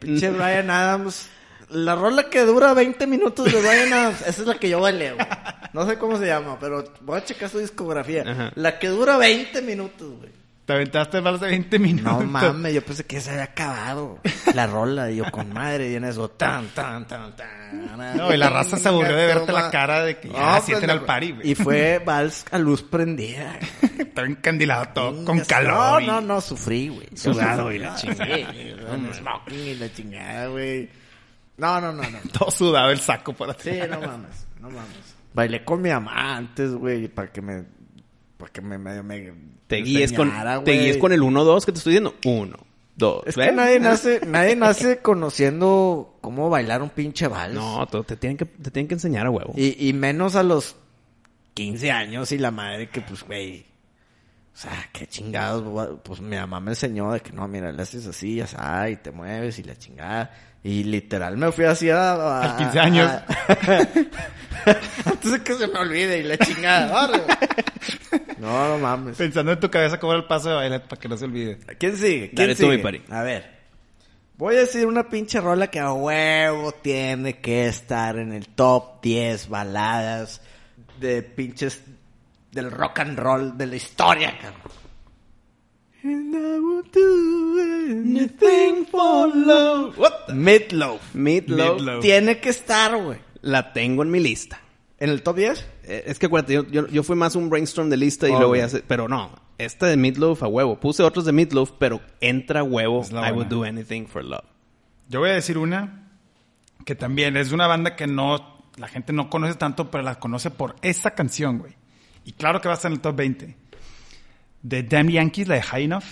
S3: pinche Brian Adams. La rola que dura 20 minutos de Brian Adams, esa es la que yo bailé, güey. No sé cómo se llama, pero voy a checar su discografía.
S1: Ajá.
S3: La que dura 20 minutos, güey.
S4: Te aventaste más de 20 minutos.
S3: No mames, yo pensé que se había acabado la rola. Y yo con madre, y en eso, tan, tan, tan, tan.
S4: No, y la raza se aburrió de verte la
S3: Toma.
S4: cara de que
S3: No,
S4: ya sienten al
S3: pendejo.
S4: party, güey.
S3: Y fue vals a luz prendida.
S4: Estaba encandilado todo, con
S3: Chingas.
S4: calor. y-
S3: No, no, no, sufrí, güey.
S1: Sudado y la
S3: No,
S1: chingada.
S3: sí, güey, Smoking y la chingada, güey. No, no, no, no.
S4: Todo sudado el saco por así.
S3: Sí, no mames, no mames. Bailé con mi mamá antes, güey, para que me... Para que me... me, me
S1: te, guíes con,
S3: enseñara,
S1: te
S3: güey.
S1: guíes con el ¿Eh? 1-2 que te estoy diciendo. 1, 2,
S3: Es que nadie nace, nadie nace conociendo cómo bailar un pinche vals.
S1: No, te, te tienen que, te tienen que enseñar a huevo.
S3: Y, y menos a los 15 años y la madre que, pues, güey. O sea, qué chingados. boba- Pues mi mamá me enseñó de que no, mira, le haces así, ya sabes, y te mueves y la chingada. Y literal me fui así a. a-
S4: A los 15 años.
S3: a- Antes de que se me olvide y la chingada. arre. no, no mames.
S4: Pensando en tu cabeza cómo era el paso de bailar para que no se olvide.
S3: ¿Quién sigue? ¿Quién
S1: Dale tú,
S3: sigue?
S1: mi pari.
S3: A ver. Voy a decir una pinche rola que a huevo tiene que estar en el top 10 baladas de pinches del rock and roll de la historia, cabrón. And I would do anything for love. What? Midloaf.
S1: Meatloaf.
S4: Meatloaf.
S3: Tiene que estar, güey.
S1: La tengo en mi lista. ¿En el top 10? Eh, Es que acuérdate, yo, yo- yo fui más un brainstorm de lista y
S4: Oh,
S1: luego ya
S4: ok.
S1: sé- Pero no, esta de Meatloaf a huevo. Puse otros de Meatloaf, pero entra a huevo.
S4: Es la
S1: I would
S4: buena.
S1: do anything for love.
S4: Yo voy a decir una que también es una banda que no la gente no conoce tanto, pero la conoce por esta canción, güey. Y claro que va a estar en el top 20. De Damn Yankees, la de High Enough.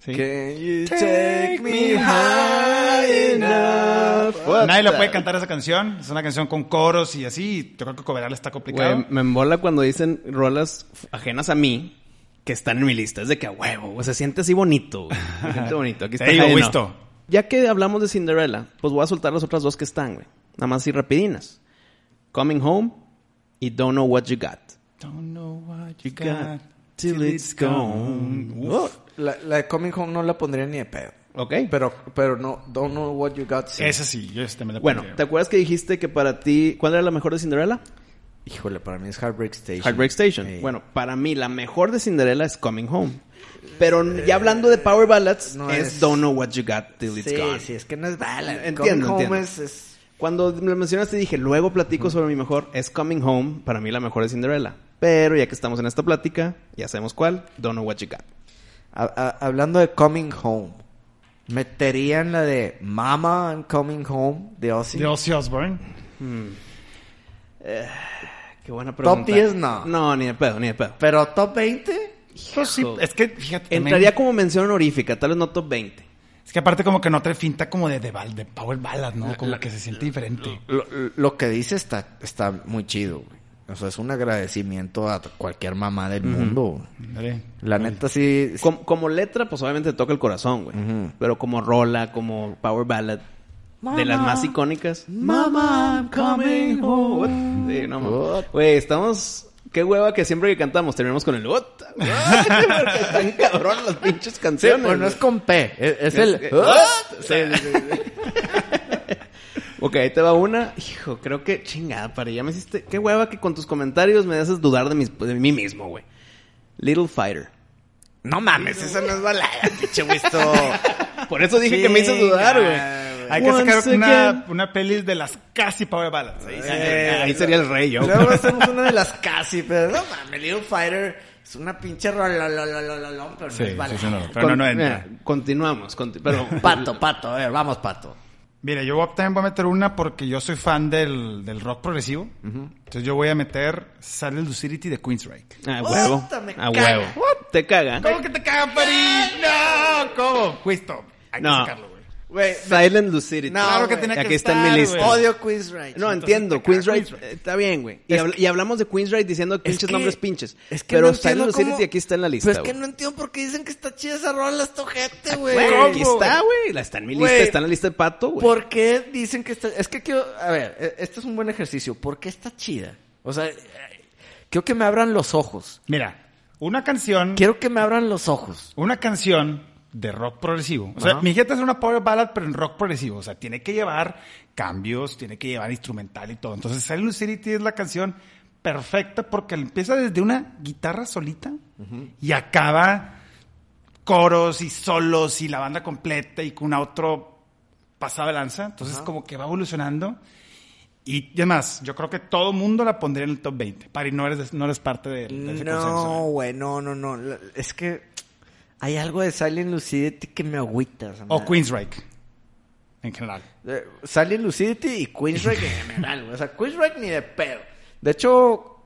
S4: Sí.
S3: Can you take me high enough?
S4: Nadie la puede cantar esa canción. Es una canción con coros y así. y Yo creo que cobrarla está complicado.
S1: Güey, me embola cuando dicen rolas f- ajenas a mí que están en mi lista. Es de que a huevo, güey, se siente así bonito. güey. Se siente bonito. Aquí
S4: Te
S1: está.
S4: digo,
S1: High Enough.
S4: Wisto.
S1: Ya que hablamos de Cinderella, pues voy a soltar las otras dos que están, güey. Nada más así rapidinas. Coming Home y Don't Know What You Got.
S4: Don't know what you
S1: got
S4: got
S1: till
S4: till
S1: it's
S4: it's
S1: gone.
S4: gone.
S3: Oh, la, la de Coming Home no la pondría ni de pedo.
S1: ¿Ok?
S3: Pero, pero no, Don't Know What You Got. sí.
S4: Esa sí, yo esta me la
S1: bueno,
S4: pondría.
S1: ¿te acuerdas que dijiste que para ti, ¿cuál era la mejor de Cinderella?
S3: Híjole, para mí es Heartbreak Station. Eh,
S1: Heartbreak Station.
S3: Sí.
S1: Bueno, para mí la mejor de Cinderella es Coming Home. Pero ya hablando de Power Ballads,
S3: no
S1: Eh, es,
S3: es-
S1: Don't Know What You Got Till It's
S3: sí,
S1: Gone.
S3: sí, es que no es bala.
S1: Entiendo,
S3: Coming Home
S1: entiendo.
S3: es- es
S1: Cuando me lo mencionaste dije, luego platico sobre mi mejor. Es Coming Home, para mí la mejor es Cinderella. Pero ya que estamos en esta plática, ya sabemos cuál. Don't know what you got.
S3: Ha- ha- hablando de Coming Home, meterían la de Mama I'm Coming Home de Ozzy.
S4: De Ozzy Osbourne.
S1: Qué buena pregunta.
S3: Top 10 no.
S1: No, ni de pedo, ni de pedo.
S3: Pero top 20,
S4: Pues sí, es que, fíjate, también-
S1: Entraría como mención honorífica, tal vez no top 20.
S4: Es que aparte como que no te finta como de, de, bal- de Power Ballad, ¿no? Como que se siente diferente.
S3: lo, lo que dice está, está muy chido. güey. O sea, es un agradecimiento a cualquier mamá del mundo. güey.
S4: Ándale.
S3: La neta sí. sí.
S1: Como, como letra, pues obviamente te toca el corazón, güey.
S3: Ujú.
S1: Pero como rola, como power ballad, de las más icónicas.
S3: Mama, I'm coming home.
S1: Sí, no, mames.
S3: What?
S1: Güey, estamos... Qué hueva que siempre que cantamos terminamos con el... what, what, Porque están cabrón las pinches
S3: Sí,
S1: canciones.
S3: pues no
S1: güey.
S3: es con P, es, es el...
S1: Es-
S3: ¡Ah!
S1: Ok, ahí te va una. Hijo, creo que chingada, para ya me hiciste. Qué hueva que con tus comentarios me haces dudar de, mis- de mí mismo, güey. Little Fighter.
S3: No mames, esa no es balada, pinche Wisto.
S1: Por eso dije que me hizo dudar, güey.
S4: Hay que
S1: Once
S4: sacar
S1: again.
S4: una, una peli de las casi Power Ballads. Ahí sí,
S3: Eh,
S1: ahí sería el rey, yo.
S3: Luego hacemos una de las casi, pero no mames, Little Fighter es una pinche rolololololón, pero no
S4: sí,
S3: es balada.
S4: sí, no, pero no, no entra.
S1: mira, continuamos, conti- pero
S3: Pato, pato, a ver, vamos, pato.
S4: Mira, yo voy a- también voy a meter una porque yo soy fan del, del rock progresivo. Entonces yo voy a meter Saddle Lucidity de Queensryche.
S1: a Ah, huevo,
S3: Puta, me
S1: a
S3: caga.
S1: huevo. Te caga.
S4: ¿Cómo que te caga París? ¡No! ¿Cómo? Wisto, hay
S1: No.
S4: que sacarlo, güey.
S3: Güey,
S1: Silent Lucidity.
S3: No, Claro que güey.
S4: tenía
S1: Aquí
S4: que
S1: está en
S4: estar,
S1: mi lista.
S4: güey.
S3: odio Quiz Right.
S1: No,
S4: Entonces,
S1: entiendo.
S4: te caga
S1: Queensryche
S4: Queensryche.
S1: eh, está bien, güey. Y, habl- y hablamos de Queensryche diciendo pinches
S3: que-
S1: nombres pinches.
S3: es que
S1: pero
S3: no
S1: Silent
S3: entiendo
S1: Lucidity
S3: cómo-
S1: aquí está en la lista,
S3: Pero es
S1: güey.
S3: que no entiendo por qué dicen que está chida esa rola, esta ojete, Ah, güey.
S1: Güey, aquí
S3: ¿Cómo?
S1: está, güey. La está en mi lista,
S3: Güey.
S1: está en la lista de pato, güey.
S3: ¿Por qué dicen que está...? Es que quiero... A ver, eh, este es un buen ejercicio. ¿Por qué está chida? O sea, eh, quiero que me abran los ojos.
S4: Mira, una canción...
S3: Quiero que me abran los ojos.
S4: una canción de rock progresivo. O sea,
S3: Ajá.
S4: mi gente es una power ballad, pero en rock progresivo. O sea, tiene que llevar cambios, tiene que llevar instrumental y todo. Entonces, Silent Lucidity es la canción perfecta porque empieza desde una guitarra solita y acaba coros y solos y la banda completa y con una otro pasado de lanza. Entonces, como que va evolucionando. Y además, yo creo que todo mundo la pondría en el top 20. Pari, no eres, no eres parte de, de ese
S3: No,
S4: consenso.
S3: güey, no, no, no. La- Es que hay algo de Silent Lucidity que me agüita. sea,
S4: O
S3: me-
S4: Queensryche, en general.
S3: Eh, Silent Lucidity y Queensrÿche en general, güey. O sea, Queensrÿche ni de pedo. De hecho,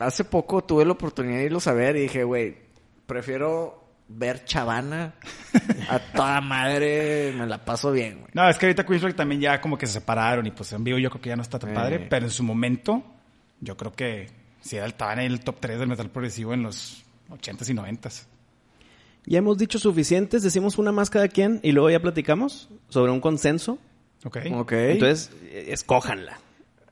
S3: hace poco tuve la oportunidad de irlos a ver y dije, güey, prefiero ver Chavana a toda madre. Me la paso bien, güey.
S4: No, es que ahorita Queensrÿche también ya como que se separaron y pues en vivo yo creo que ya no está tan
S3: Eh.
S4: padre, pero en su momento yo creo que si era el estaban en el top 3 del metal progresivo en los 80s y 90s.
S1: Ya hemos dicho suficientes, decimos una más cada quien y luego ya platicamos sobre un consenso.
S4: ¿Ok?
S3: Ok.
S1: Entonces, eh, escójanla.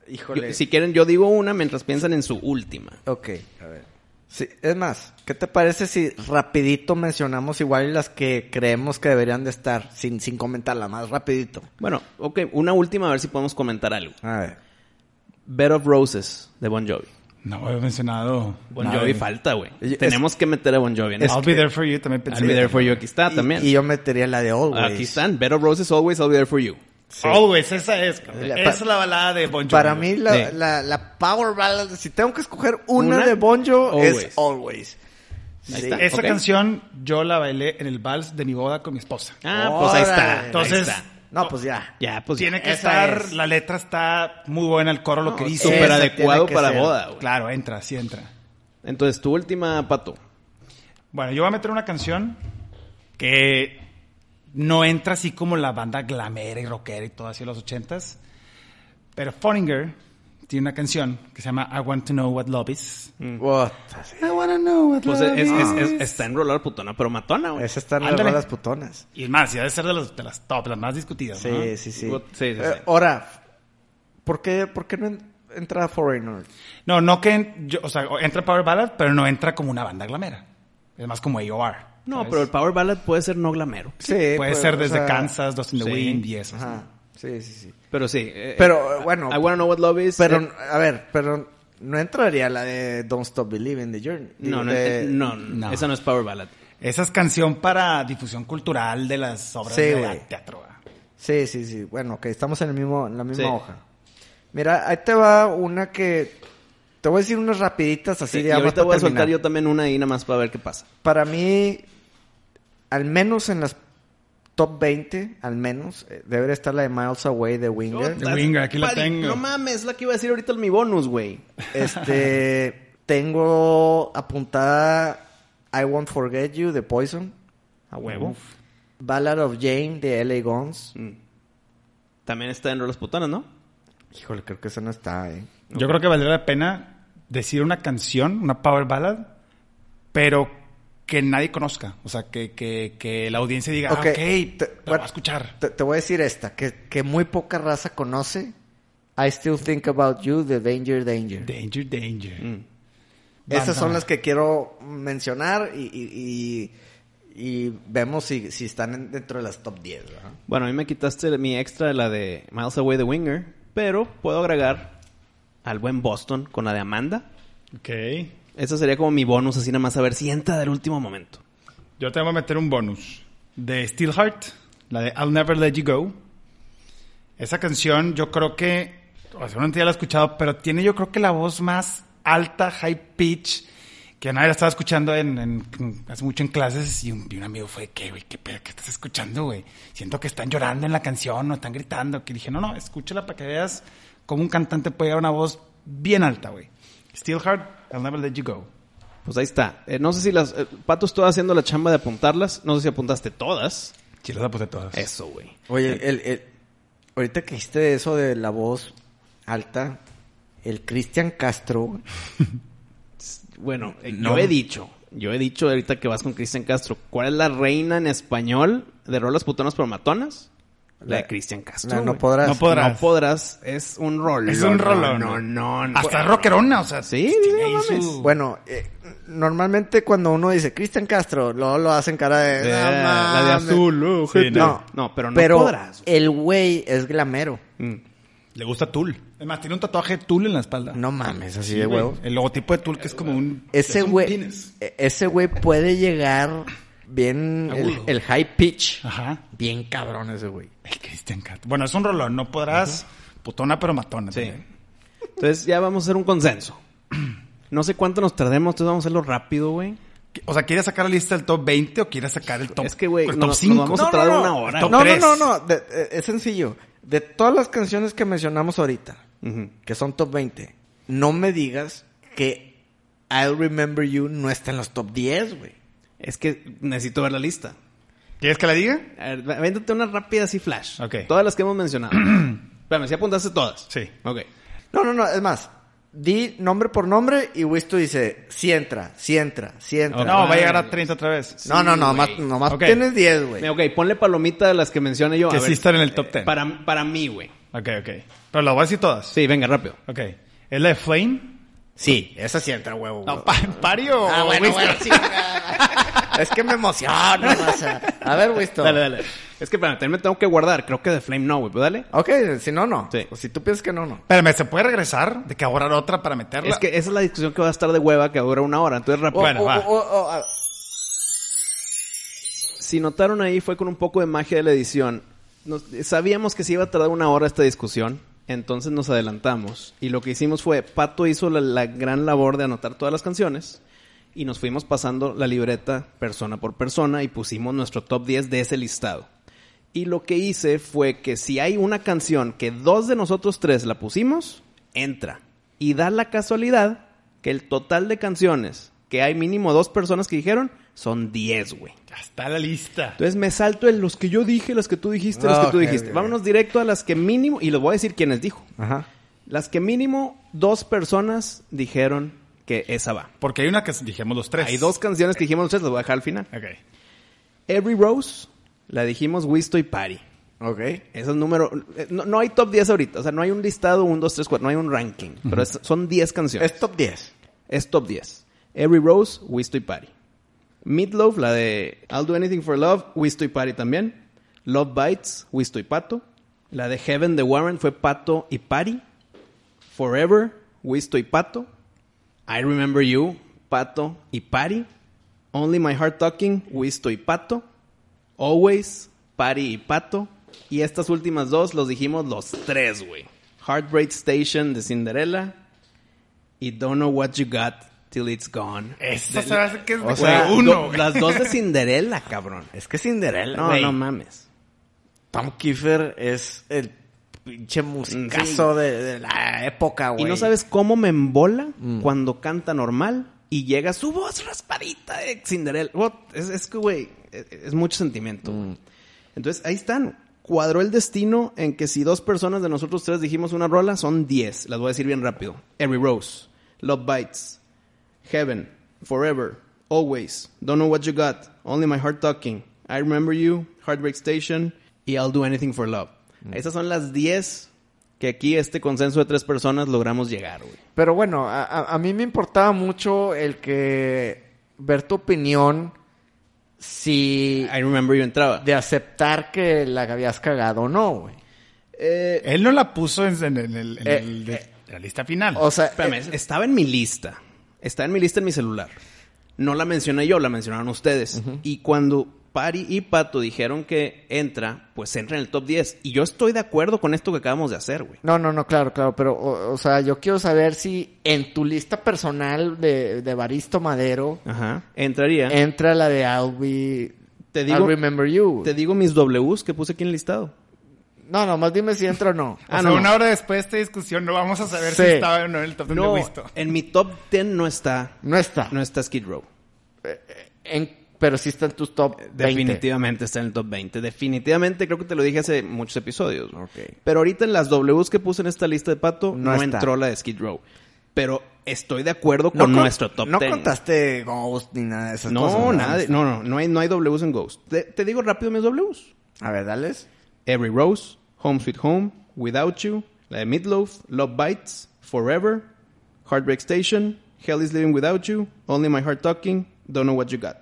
S3: híjole.
S1: Yo- si quieren, yo digo una mientras piensan en su última.
S3: Ok, a ver. Sí, es más, ¿qué te parece si rapidito mencionamos igual las que creemos que deberían de estar, sin, sin comentarla, más rapidito?
S1: Bueno, ok, una última a ver si podemos comentar algo.
S3: A ver.
S1: Bed of Roses de Bon Jovi.
S4: No he mencionado.
S1: Bon
S4: nada
S1: Jovi
S4: de-
S1: falta, güey.
S3: Es-
S1: Tenemos que meter a Bon Jovi en
S4: I'll
S1: esto.
S4: be there for you también pensé.
S1: I'll be there for you. Aquí está
S3: Y-
S1: Ah, también.
S3: Y yo metería la de Always.
S1: Aquí están. Bed of Roses, Always, I'll be there for you.
S4: Always, esa es, cabrón.
S3: La-
S4: Esa es la balada de Bon Jovi.
S3: Para mí, la,
S1: Sí.
S3: la- la power ballad, si tengo que escoger una,
S1: Una,
S3: de Bon Jovi, es
S1: Always.
S3: Always.
S1: Ahí
S3: Sí.
S1: está.
S4: Esa
S1: Ok.
S4: canción yo la bailé en el vals de mi boda con mi esposa.
S1: Ah, pues ahí
S3: Órale.
S1: está.
S4: Entonces,
S1: Entonces, ahí está.
S3: No, pues ya.
S1: ya, pues
S4: tiene que
S3: esa
S4: estar,
S3: es.
S4: la letra está muy buena, el coro lo que
S3: No,
S4: dice.
S1: súper
S3: Esa
S1: adecuado
S3: tiene que
S1: para
S3: ser.
S1: boda, güey.
S4: Claro, entra, sí entra.
S1: Entonces, tu última, Pato.
S4: Bueno, yo voy a meter una canción que no entra así como la banda glamera y rockera y todo así de los ochentas. Pero Foreigner tiene una canción que se llama I Want to Know What Love Is.
S3: Mm. What?
S4: I want to know what
S1: Pues eh, es, es- es- está enrolada putona, pero matona, güey.
S3: Esas están las
S4: Ándale.
S3: rolas putonas.
S4: Y es más, y debe ser de las, de las top, las más discutidas,
S3: Sí,
S4: ¿no?
S3: sí, sí.
S1: What- sí, sí, sí.
S3: Eh, ahora, ¿por qué, por qué no en- entra Foreigner?
S4: No, no que... en- yo- o sea, entra Power Ballad, pero no entra como una banda glamera. Es más como AOR.
S1: No,
S4: ¿sabes?
S1: pero el power ballad puede ser no glamero.
S3: Sí,
S4: Puede
S3: pues,
S4: ser
S3: o
S4: desde
S3: sea,
S4: Kansas, Dust in the
S1: sí.
S4: Wind y eso.
S3: Ajá. Sí, sí, sí.
S1: Pero sí. eh,
S3: Pero,
S1: eh,
S3: bueno,
S1: I wanna know what love is.
S3: Pero,
S1: eh,
S3: a ver, pero no entraría la de Don't Stop Believing the Journey.
S1: no, no,
S3: De-
S1: eh, no,
S4: no.
S1: esa no es power ballad.
S4: Esa es canción para difusión cultural de las obras
S3: Sí,
S4: de
S3: güey.
S4: teatro. ¿verdad?
S3: Sí, sí, sí. Bueno, que estamos en, el mismo, en la misma
S1: Sí.
S3: hoja. Mira, ahí te va una que... Te voy a decir unas rapiditas así.
S1: Sí, y
S3: ya más
S1: ahorita
S3: para
S1: voy a
S3: terminar.
S1: soltar yo también una ahí nada más para ver qué pasa.
S3: Para mí, al menos en las top 20, al menos, eh, debería estar la de Miles Away de Winger.
S4: The Winger, aquí la
S1: Pari,
S4: tengo.
S1: No mames, la que iba a decir ahorita en mi bonus, güey.
S3: Este, tengo apuntada I Won't Forget You de Poison. A huevo. Ballad of Jane de LA Guns.
S1: Mm. También está en rolas putonas, ¿no?
S3: Híjole, creo que esa no está, eh.
S4: Yo creo que valdría la pena decir una canción, una power ballad, pero que nadie conozca. O sea, que, que, que la audiencia diga, "Ah, ok,
S3: Ok, te-
S4: la voy
S3: bueno,
S4: a escuchar.
S3: Te, te voy a decir esta, que, que muy poca raza conoce. I Still Think About You de Danger Danger.
S4: Danger, danger.
S1: Mm.
S3: Esas son
S4: Banda.
S3: las que quiero mencionar y, y- y- y vemos si, si están en- dentro de las top 10. ¿verdad?
S1: Bueno, a mí me quitaste mi extra de la de Miles Away the Winger, pero puedo agregar al buen Boston con la de Amanda.
S4: Ok.
S1: Esa sería como mi bonus, así nada más a ver si entra del último momento.
S4: Yo te voy a meter un bonus. De Steelheart, la de I'll Never Let You Go. Esa canción yo creo que, o sea, seguramente ya la he escuchado, pero tiene yo creo que la voz más alta, high pitch, que nadie la estaba escuchando en, en- en- hace mucho en clases y un, y un amigo fue, ¿qué, güey? ¿Qué pedo? ¿Qué estás escuchando, güey? Siento que están llorando en la canción o están gritando. Que dije, no, no, escúchala para que veas cómo un cantante puede llevar una voz bien alta, güey. Steelheart, I'll Never Let You Go.
S1: Pues ahí está. Eh, no sé si las... eh, Pato estaba haciendo la chamba de apuntarlas. No sé si apuntaste todas.
S4: Sí, las apunté todas.
S1: Eso, güey.
S3: Oye, el, el- ahorita que hiciste eso de la voz alta, el Cristian Castro,
S1: Bueno, eh,
S4: No.
S1: yo he dicho, yo he dicho ahorita que vas con Cristian Castro, ¿cuál es la reina en español de rolas putonas pero matonas? La de
S3: La-
S1: Cristian Castro.
S3: la no
S1: güey.
S3: podrás.
S4: No podrás.
S1: No podrás, es un rolón.
S4: Es un rolón.
S1: No, no, no.
S4: Hasta rockerona, o sea.
S1: Sí,
S4: tiene
S1: no
S4: ahí
S1: mames.
S4: su-
S3: Bueno, eh, normalmente cuando uno dice Cristian Castro, luego lo hacen cara de...
S1: Eh,
S3: "No
S1: la de
S3: mames".
S1: azul, oh,
S4: Sí,
S1: gente.
S3: No,
S1: no, pero no
S3: pero eh,
S1: podrás.
S3: el güey es glamero.
S1: Mm.
S4: Le gusta Tool. Es más, tiene un tatuaje de Tool en la espalda.
S3: No mames, así
S4: Sí,
S3: de
S4: güey.
S3: huevo.
S4: El logotipo de Tool que es como un.
S3: Ese
S4: es un
S3: güey,
S4: pines.
S3: e- ese güey puede llegar bien el,
S4: Agudo.
S3: el high pitch.
S4: Ajá.
S3: Bien cabrón ese güey.
S4: El Christian Cat. Bueno, es un rolón. No podrás. Putona, pero matona. ¿eh?
S1: Sí.
S4: también.
S1: Entonces ya vamos a hacer un consenso. No sé cuánto nos tardemos, entonces vamos a hacerlo rápido, güey.
S4: O sea, ¿quieres sacar la lista del top 20 o quieres sacar el top
S1: Es que, güey,
S4: el
S1: no-
S4: top
S1: nos
S4: 5?
S1: vamos a tardar una hora.
S4: Top
S3: No, no,
S4: tres.
S3: no, no. de- eh, es sencillo. De todas las canciones que mencionamos ahorita,
S1: Ujú.
S3: que son top 20, no me digas que I'll Remember You no está en los top 10, güey.
S1: Es que necesito ver la lista.
S4: ¿Quieres que la diga?
S1: A ver, vé- véntate una rápida así flash.
S4: Ok.
S1: Todas las que hemos mencionado. Espérame, si apuntaste todas.
S4: Sí.
S1: Ok.
S3: No, no, no. Es más, di nombre por nombre y Wisto dice, si entra, si entra, si entra.
S1: Ok.
S4: No, va a llegar a 30 otra vez.
S3: No, no, no.
S1: Sí,
S3: Nomás,
S1: güey.
S3: nomás
S4: Ok.
S3: tienes 10, güey.
S1: Ok, ponle palomita de las que mencioné yo.
S4: Que
S1: a
S4: sí
S1: ver. eh,
S4: están en el top 10.
S1: Para, para mí, güey.
S4: Ok, ok. Pero la voy a decir todas.
S1: Sí, venga, rápido.
S4: Ok. Es la de Flame.
S3: Sí, esa sí entra, huevo.
S4: No,
S3: güey.
S4: pa- pario.
S3: Ah, bueno,
S4: güey.
S3: bueno, sí. es que me emociono, raza. A ver, Wisto.
S1: Dale, dale. Es que para también me tengo que guardar. Creo que de Flame no, güey. Pero dale.
S3: Ok, si no, no.
S1: Sí.
S3: O si tú piensas que no, no.
S4: Espérame, ¿se puede regresar? ¿De que ahorrar otra para meterla?
S1: Es que esa es la discusión que va a estar de hueva que dura una hora. Entonces, rápido.
S4: Bueno, va.
S3: a-
S1: Si notaron ahí, fue con un poco de magia de la edición. nos- sabíamos que se iba a tardar una hora esta discusión, entonces nos adelantamos. Y lo que hicimos fue, Pato hizo la, la gran labor de anotar todas las canciones y nos fuimos pasando la libreta persona por persona y pusimos nuestro top 10 de ese listado. Y lo que hice fue que si hay una canción que dos de nosotros tres la pusimos, entra. Y da la casualidad que el total de canciones que hay mínimo dos personas que dijeron son 10, güey.
S4: Ya está la lista.
S1: Entonces me salto en los que yo dije, las que tú dijiste, las que tú
S3: Ok,
S1: dijiste.
S3: ok.
S1: Vámonos directo a las que mínimo, y les voy a decir quiénes dijo.
S3: Ajá.
S1: Las que mínimo dos personas dijeron que esa va.
S4: Porque hay una que dijimos los
S3: Pues,
S4: tres.
S1: Hay dos canciones que dijimos ustedes, las voy a dejar al final.
S4: Ok.
S1: Every Rose, la dijimos Wisto y Party.
S3: Ok.
S1: Ese es número... eh, No, no hay top 10 ahorita. O sea, no hay un listado, un, dos, tres, cuatro. No hay un ranking. Pero es- son 10 canciones.
S3: Es top 10.
S1: Es top 10. Every Rose, We Stay Party. Meatloaf, la de I'll Do Anything for Love, We Stay Party también. Love Bites, We Stay Pato. La de Heaven de Warren fue Pato y Party. Forever, We Stay Pato. I Remember You, Pato y Party. Only My Heart Talking, We Stay Pato. Always, Party y Pato. Y estas últimas dos los dijimos los tres, güey. Heartbreak Station de Cinderella y Don't Know What You Got Till It's Gone.
S4: Esa se hace que es
S1: O sea,
S4: uno.
S1: do-
S4: güey.
S1: las dos de Cinderella, cabrón.
S3: Es que Cinderella,
S1: No,
S3: güey.
S1: no mames.
S3: Tom Kiefer es el pinche musicazo de, de la época, güey.
S1: Y no sabes cómo me embola cuando canta normal y llega su voz raspadita de Cinderella. What? Es, es que, güey, es, es mucho sentimiento. güey. Entonces, ahí están. Cuadró el destino en que si dos personas de nosotros tres dijimos una rola, son diez. Las voy a decir bien rápido. Every Rose, Love Bites, Heaven, Forever, Always, Don't Know What You Got, Only My Heart Talking, I Remember You, Heartbreak Station y I'll Do Anything for Love.
S3: Mm.
S1: Esas son las 10 que aquí este consenso de tres personas logramos llegar, güey.
S3: Pero bueno, a, a- a mí me importaba mucho el que ver tu opinión si
S1: I Remember You entraba.
S3: de aceptar que la habías cagado o no, güey.
S1: Eh,
S4: Él no la puso en, en el- en el-
S3: Eh,
S4: el de- la lista final.
S3: O sea,
S1: espérame,
S3: eh,
S1: estaba en mi lista. Estaba en mi lista en mi celular. No la mencioné yo, la mencionaron ustedes. Y cuando Pari y Pato dijeron que entra, pues entra en el top 10. Y yo estoy de acuerdo con esto que acabamos de hacer, güey.
S3: no, no, no, claro, claro, pero o, o sea, yo quiero saber si en tu lista personal de, de Baristo Madero
S1: Ajá. Entraría.
S3: entra la de I'll Be-
S1: Te
S3: I'll
S1: digo-
S3: Remember You.
S1: Te digo mis Ws que puse aquí en el listado.
S3: No, nomás dime si entra o no.
S4: O
S1: ah,
S4: sea,
S1: no,
S4: una
S1: no.
S4: hora después de esta discusión no vamos a saber
S3: Sí.
S4: si estaba o no en el top 10 de Wisto.
S1: en mi top 10 no está,
S3: No está. Eh,
S1: no está Skid Row.
S3: En- pero sí está en tus top 20.
S1: Definitivamente está en el top 20. Definitivamente, creo que te lo dije hace muchos episodios.
S3: Ok.
S1: Pero ahorita en las Ws que puse en esta lista de Pato,
S3: No
S1: no,
S3: está.
S1: entró la de Skid Row. Pero estoy de acuerdo con
S3: con-
S1: nuestro top
S3: No
S1: 10.
S3: contaste Ghost ni nada de esas
S1: no,
S3: cosas.
S1: nada. de- No, no, no hay, no hay Ws en Ghost. Te, te digo rápido mis Ws.
S3: A ver, dales.
S1: Every Rose, Home Sweet Home, Without You, la de Meatloaf, Love Bites, Forever, Heartbreak Station, Hell is Living Without You, Only My Heart Talking, Don't Know What You Got.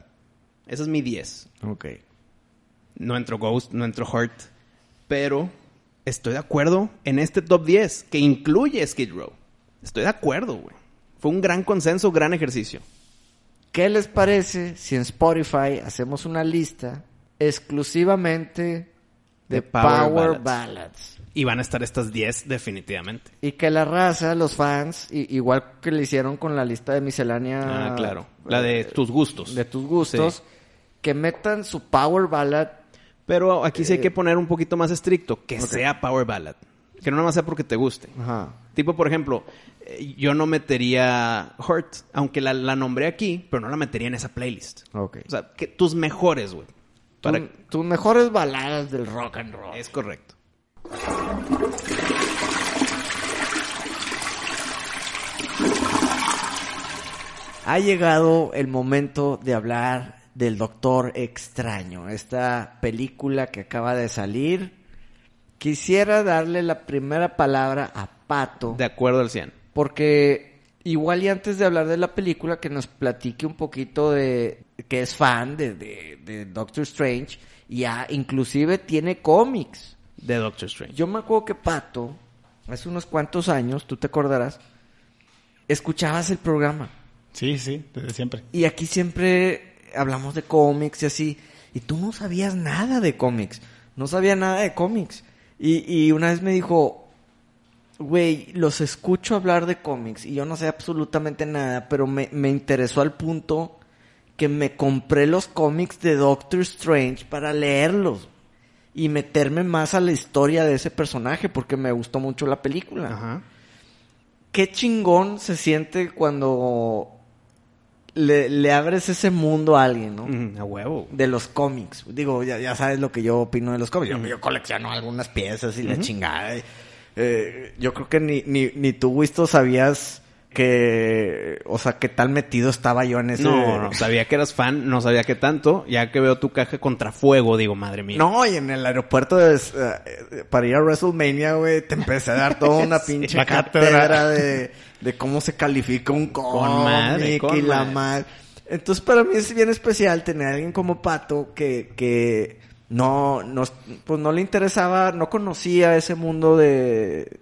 S1: Esa es mi 10.
S3: Ok.
S1: No entró Ghost, no entró Heart, pero estoy de acuerdo en este top 10 que incluye Skid Row. Estoy de acuerdo, güey. Fue un gran consenso, gran ejercicio.
S3: ¿Qué les parece si en Spotify hacemos una lista exclusivamente de,
S1: De
S3: Power,
S1: Power
S3: ballads.
S1: Ballads.
S3: ballads?
S1: Y van a estar estas 10 definitivamente.
S3: Y que la raza, los fans, i- igual que le hicieron con la lista de miscelánea.
S1: Ah, claro. La de tus gustos.
S3: eh, De tus gustos.
S1: Sí.
S3: Que metan su Power Ballad.
S1: Pero aquí
S3: Eh,
S1: sí hay que poner un poquito más estricto, que sea power ballad. Que no nada más sea porque te guste.
S3: Ajá.
S1: Tipo, por ejemplo, eh, yo no metería Hurt, aunque la, la nombré aquí, pero no la metería en esa playlist.
S3: Ok.
S1: O sea, que tus mejores, güey. Para-
S3: Tus- tus mejores baladas del rock and roll.
S1: Es correcto.
S3: Ha llegado el momento de hablar del Doctor Extraño, esta película que acaba de salir. Quisiera darle la primera palabra a Pato,
S1: De acuerdo al 100.
S3: porque igual y antes de hablar de la película, que nos platique un poquito de que es fan de, de- de Doctor Strange, y ah, inclusive tiene cómics.
S1: De Doctor Strange.
S3: Yo me acuerdo que Pato, hace unos cuantos años, tú te acordarás, escuchabas el programa.
S4: Sí, sí, desde siempre.
S3: Y aquí siempre hablamos de cómics y así. Y tú no sabías nada de cómics. no sabía nada de cómics. Y, y una vez me dijo, güey, los escucho hablar de cómics y yo no sé absolutamente nada, pero me, me interesó al punto que me compré los cómics de Doctor Strange para leerlos y meterme más a la historia de ese personaje porque me gustó mucho la película.
S1: Ajá.
S3: Qué chingón se siente cuando le, le abres ese mundo a alguien, ¿no?
S1: Mm, a huevo.
S3: de los cómics. Digo, ya, ya sabes lo que yo opino de los cómics.
S1: Mm.
S3: Yo, yo colecciono algunas piezas y la chingada. y, eh, yo creo que ni, ni, ni tú, Wisto, sabías que, o sea, qué tal metido estaba yo en ese...
S1: No, no, sabía que eras fan, no sabía que tanto. Ya que veo tu caja contra fuego, digo, madre mía.
S3: No, y en el aeropuerto de- eh, para ir a WrestleMania, güey, te empecé a dar toda una pinche
S4: La
S3: cátedra,
S4: cátedra.
S3: de, de cómo se califica un cómic
S1: madre, con
S3: y la
S1: madre.
S3: madre. Entonces, para mí es bien especial tener a alguien como Pato que, que no, no, pues no le interesaba, no conocía ese mundo de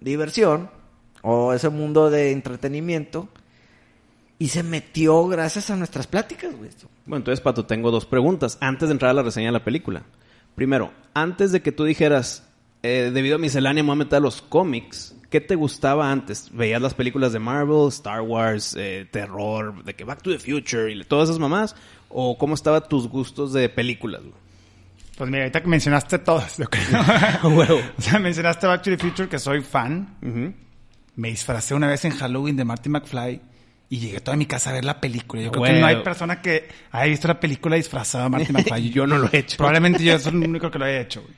S3: diversión o ese mundo de entretenimiento y se metió gracias a nuestras pláticas, güey.
S1: Bueno, entonces, Pato, tengo dos preguntas antes de entrar a la reseña de la película. Primero, antes de que tú dijeras, eh, debido a miscelánea, me voy a meter a los cómics, ¿qué te gustaba antes? ¿Veías las películas de Marvel, Star Wars, eh, terror, de que Back to the Future y todas esas mamás? ¿O cómo estaban tus gustos de películas? güey?
S4: Pues mira, ahorita que mencionaste todas, yo creo.
S1: Huevo.
S4: o sea, mencionaste Back to the Future, que soy fan.
S1: Ujú.
S4: Me disfracé una vez en Halloween de Marty McFly y llegué toda mi casa a ver la película. Yo creo que
S1: Güey.
S4: no hay persona que haya visto la película disfrazada de Marty McFly.
S1: Yo no lo he hecho.
S4: Probablemente yo soy el único que lo haya hecho. güey.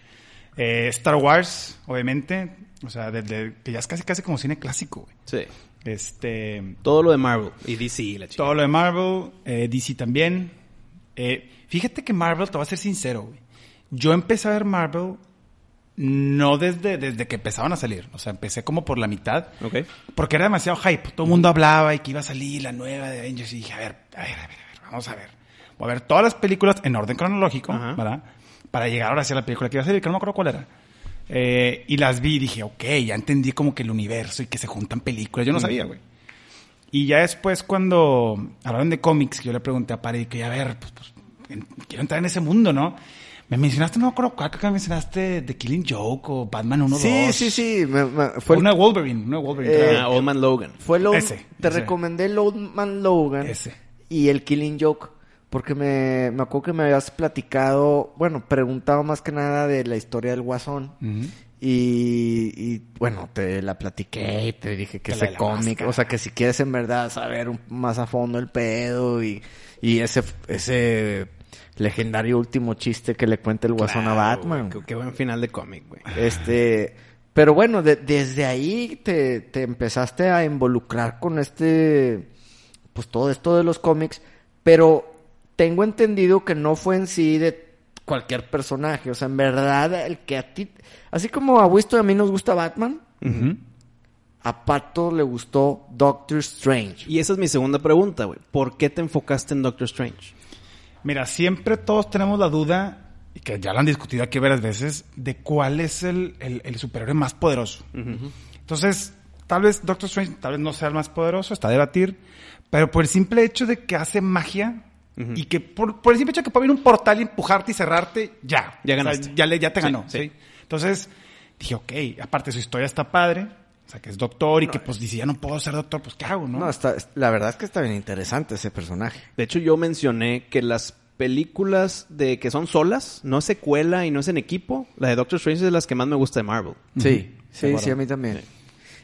S4: Eh, Star Wars, obviamente. O sea, desde que ya es casi, casi como cine clásico. güey.
S1: Sí.
S4: Este,
S1: Todo lo de Marvel y DC y la chica.
S4: todo lo de Marvel, eh, DC también. Eh, fíjate que Marvel, te voy a ser sincero, güey. Yo empecé a ver Marvel no desde, desde que empezaban a salir. O sea, empecé como por la mitad.
S1: Ok.
S4: Porque era demasiado hype. Todo el mundo hablaba y que iba a salir la nueva de Avengers. Y dije, a ver, a ver, a ver, a ver, vamos a ver. Voy a ver todas las películas en orden cronológico,
S1: Ajá.
S4: ¿verdad? Para llegar ahora sí a la película que iba a salir, que no me acuerdo cuál era. Eh, y las vi y dije, ok, ya entendí como que el universo y que se juntan películas.
S3: Mm.
S4: Yo no sabía, güey. Y ya después cuando hablaron de cómics, yo le pregunté a Pari que, a ver, pues, pues, en- quiero entrar en ese mundo, ¿no? Me mencionaste, no me acuerdo cuál, creo que mencionaste The Killing Joke o Batman 1
S3: Sí,
S4: 2.
S3: sí, sí. me- me-
S4: Fue
S3: fue el
S4: una de Wolverine, una de Wolverine.
S3: Eh,
S4: creo.
S1: Ah, Old Man Logan.
S3: Fue lo
S4: Ese,
S3: te
S4: ese.
S3: recomendé el Old Man Logan
S4: Ese.
S3: y el Killing Joke porque me, me acuerdo que me habías platicado, bueno, preguntado más que nada de la historia del Guasón.
S4: Ujú.
S3: Y, y, bueno, te la platiqué y te dije que
S4: Que la de
S3: ese
S4: la
S3: cómic,
S4: máscara.
S3: o sea, que si quieres en verdad saber un- más a fondo el pedo y, y ese, ese legendario último chiste que le cuenta el Guasón
S1: Claro,
S3: a Batman.
S1: güey, Qué, qué buen final de cómic, güey.
S3: Este, pero bueno, de- desde ahí te, te empezaste a involucrar con este, pues todo esto de los cómics, pero tengo entendido que no fue en sí de cualquier personaje, o sea, en verdad el que a ti, así como a Wisto y a mí nos gusta Batman,
S4: Ujú.
S3: a Pato le gustó Doctor Strange.
S1: Y esa es mi segunda pregunta, güey. ¿Por qué te enfocaste en Doctor Strange?
S4: Mira, siempre todos tenemos la duda, y que ya la han discutido aquí varias veces, de cuál es el, el- el superhéroe más poderoso. Entonces, tal vez Doctor Strange tal vez no sea el más poderoso, está a debatir, pero por el simple hecho de que hace magia y que por, por el simple hecho de que puede abrir un portal y empujarte y cerrarte, ya.
S1: Ya
S4: O sea,
S1: ganaste.
S4: ya, le- ya te
S1: Sí,
S4: ganó.
S1: sí.
S4: ¿sí? Entonces, dije, ok, aparte su historia está padre, o sea, que es doctor y que pues dice, ya no puedo ser doctor, pues ¿qué hago, no?
S3: No, está, la verdad es que está bien interesante ese personaje.
S1: De hecho, yo mencioné que las películas de que son solas, no es secuela y no es en equipo, la de Doctor Strange es de las que más me gusta de Marvel.
S3: Sí, sí,
S1: Seguro.
S3: sí, a mí también.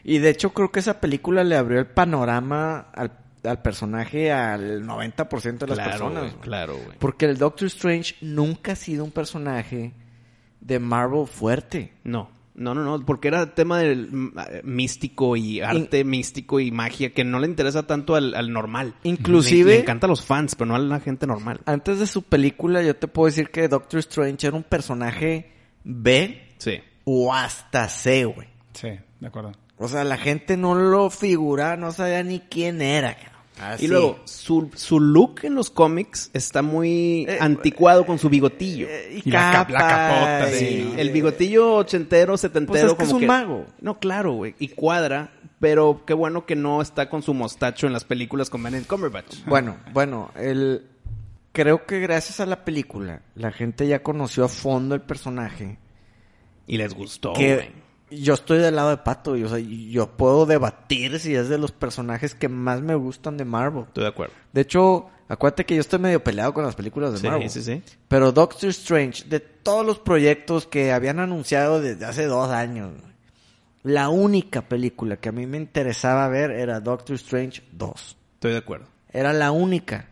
S3: Y de hecho creo que esa película le abrió el panorama al, al personaje al 90% de las personas.
S1: güey,
S3: güey.
S1: claro, güey.
S3: Porque el Doctor Strange nunca ha sido un personaje de Marvel fuerte.
S1: No, no, no, no, porque era tema del mm, eh, místico y arte místico y magia que no le interesa tanto al, al normal.
S3: Inclusive-
S1: Le, le encanta a los fans, pero no a la gente normal.
S3: Antes de su película yo te puedo decir que Doctor Strange era un personaje B
S1: Sí.
S3: o hasta C, güey.
S4: Sí, de acuerdo.
S3: O sea, la gente no lo figuraba, no sabía ni quién era. cabrón. Así.
S1: Y luego, su, su look en los cómics está muy
S3: Eh,
S1: anticuado con su bigotillo.
S3: Eh,
S4: Y la cap- la capota,
S3: y-
S4: sí, ¿no?
S1: El bigotillo ochentero, setentero.
S3: Pues es que es
S1: como
S3: un mago.
S1: No, claro, güey. Y cuadra, pero qué bueno que no está con su mostacho en las películas con Benedict Cumberbatch.
S3: Bueno, bueno, el creo que gracias a la película, la gente ya conoció a fondo el personaje.
S1: Y les gustó,
S3: que
S1: güey.
S3: yo estoy del lado de Pato, y, o sea, yo puedo debatir si es de los personajes que más me gustan de Marvel.
S1: Estoy de acuerdo.
S3: De hecho, acuérdate que yo estoy medio peleado con las películas de
S1: Sí,
S3: Marvel.
S1: sí, sí.
S3: Pero Doctor Strange, de todos los proyectos que habían anunciado desde hace dos años, güey, la única película que a mí me interesaba ver era Doctor Strange 2.
S1: Estoy de acuerdo.
S3: Era la única.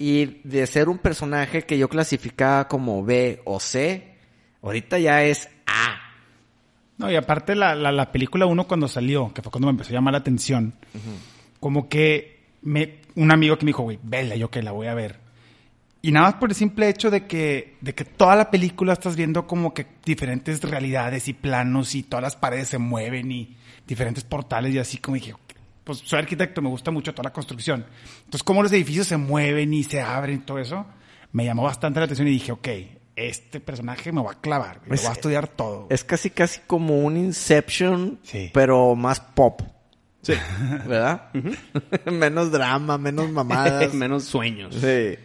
S3: Y de ser un personaje que yo clasificaba como B o C, ahorita ya es A.
S4: No, y aparte la, la, la película 1 cuando salió, que fue cuando me empezó a llamar la atención, como que me, un amigo que me dijo, güey, vela, yo que la voy a ver. Y nada más por el simple hecho de que, de que toda la película estás viendo como que diferentes realidades y planos y todas las paredes se mueven y diferentes portales y así como dije, pues soy arquitecto, me gusta mucho toda la construcción. Entonces, cómo los edificios se mueven y se abren y todo eso, me llamó bastante la atención y dije, ok, este personaje me va a clavar, me
S3: Es-
S4: va a estudiar todo.
S3: Es casi casi como un Inception,
S4: Sí.
S3: pero más pop,
S1: Sí.
S3: ¿verdad? menos drama, menos mamadas.
S1: Menos sueños.
S3: Sí.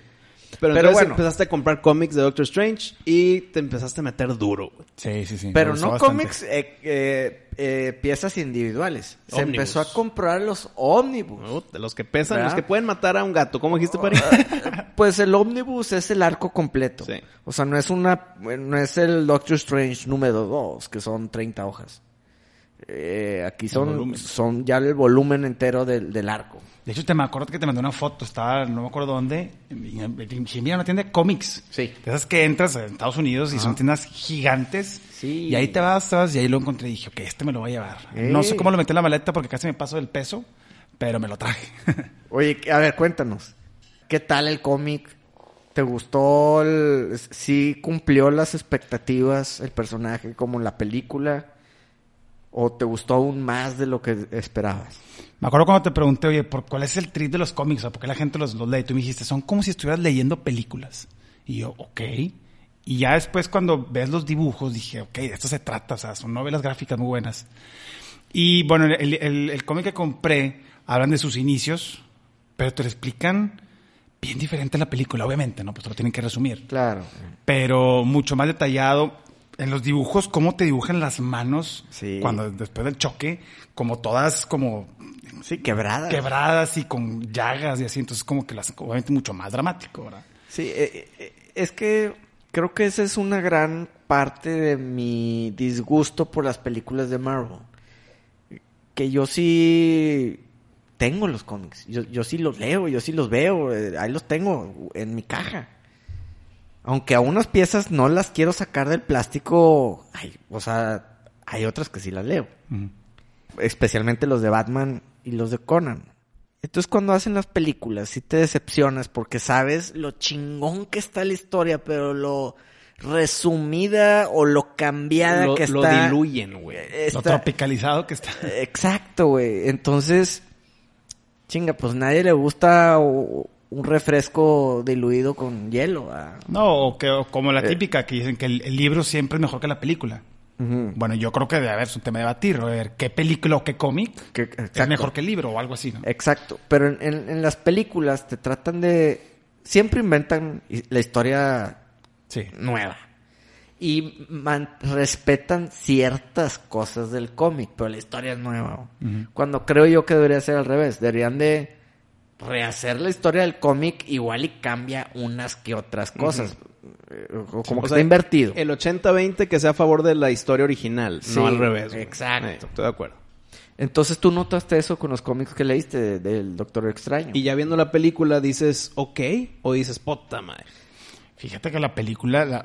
S1: Pero,
S3: Pero
S1: entonces
S3: bueno.
S1: empezaste a comprar cómics de Doctor Strange y te empezaste a meter duro, güey.
S4: Sí, sí, sí. me
S3: Pero
S4: gustó
S3: no
S4: bastante.
S3: cómics, eh, eh, eh, piezas individuales. Se
S1: Ómnibus.
S3: empezó a comprar los ómnibus.
S1: ¿no? De los que pesan,
S3: ¿Verdad?
S1: los que pueden matar a un gato. ¿Cómo dijiste, Pari?
S3: Pues el ómnibus es el arco completo.
S1: Sí.
S3: O sea, no es una, no es el Doctor Strange número 2, que son 30 hojas. Eh, aquí son,
S4: volumen.
S3: son ya el volumen entero del, del arco.
S4: De hecho, te me acuerdo que te mandé una foto, estaba, no me acuerdo dónde. y- y Dije, mira, una tienda de cómics.
S3: Sí.
S4: De esas que entras a Estados Unidos y son tiendas gigantes.
S3: Sí.
S4: Y ahí te vas, te vas, y ahí lo encontré y dije, ok, este me lo voy a llevar.
S3: Ey.
S4: No sé cómo lo metí en la maleta porque casi me paso del peso, pero me lo traje.
S3: Oye, a ver, cuéntanos. ¿Qué tal el cómic? ¿Te gustó? El, ¿Sí cumplió las expectativas el personaje como en la película? ¿O te gustó aún más de lo que esperabas?
S4: me acuerdo cuando te pregunté, oye, ¿por ¿cuál es el trip de los cómics? O sea, ¿por qué la gente los, los lee? Tú me dijiste, son como si estuvieras leyendo películas. Y yo, ok. Y ya después cuando ves los dibujos, dije, ok, de esto se trata. O sea, son novelas gráficas muy buenas. Y bueno, el, el- el cómic que compré hablan de sus inicios, pero te lo explican bien diferente a la película, obviamente, ¿no? Pues te lo tienen que resumir.
S3: Claro.
S4: Pero mucho más detallado. En los dibujos, cómo te dibujan las manos
S3: Sí.
S4: cuando después del choque, como todas como
S3: Sí, quebrada.
S4: quebradas y con llagas y así, entonces como que las obviamente mucho más dramático, ¿verdad?
S3: Sí, eh, eh, es que creo que esa es una gran parte de mi disgusto por las películas de Marvel. Que yo sí tengo los cómics, yo, yo sí los leo, yo sí los veo, eh, ahí los tengo en mi caja. Aunque a unas piezas no las quiero sacar del plástico, ay, o sea, hay otras que sí las leo especialmente los de Batman y los de Conan. Entonces cuando hacen las películas sí te decepcionas porque sabes lo chingón que está la historia, pero lo resumida o lo cambiada
S1: Lo,
S3: que
S1: lo
S3: está. eh,
S1: diluyen, güey.
S4: Lo
S3: está-
S4: tropicalizado que está.
S3: Exacto, güey. Entonces, chinga, pues nadie le gusta o- un refresco diluido con hielo. ah.
S4: No, o, que, o como la típica que dicen que el, el libro siempre es mejor que la película. Bueno, yo creo que debe haber es un tema de debatir, a ver qué película o qué cómic
S3: Que-
S4: es
S3: exacto. Eh.
S4: mejor que el libro o algo así, ¿no?
S3: Exacto, pero en, en- en las películas te tratan de... Siempre inventan hi- la historia
S4: Sí.
S3: nueva. Y man- respetan ciertas cosas del cómic, pero la historia es nueva. Cuando creo yo que debería ser al revés, deberían de rehacer la historia del cómic igual y cambia unas que otras cosas. Eh, o- o Como
S1: O
S3: que
S1: sea,
S3: está invertido.
S1: El 80-20 que sea a favor de la historia original,
S3: Sí,
S1: no al revés. güey.
S3: exacto.
S1: Eh, estoy de acuerdo.
S3: Entonces tú notaste eso con los cómics que leíste de- del Doctor Extraño.
S1: Y ya viendo la película, dices, ok, o dices, puta madre.
S4: Fíjate que la película... la-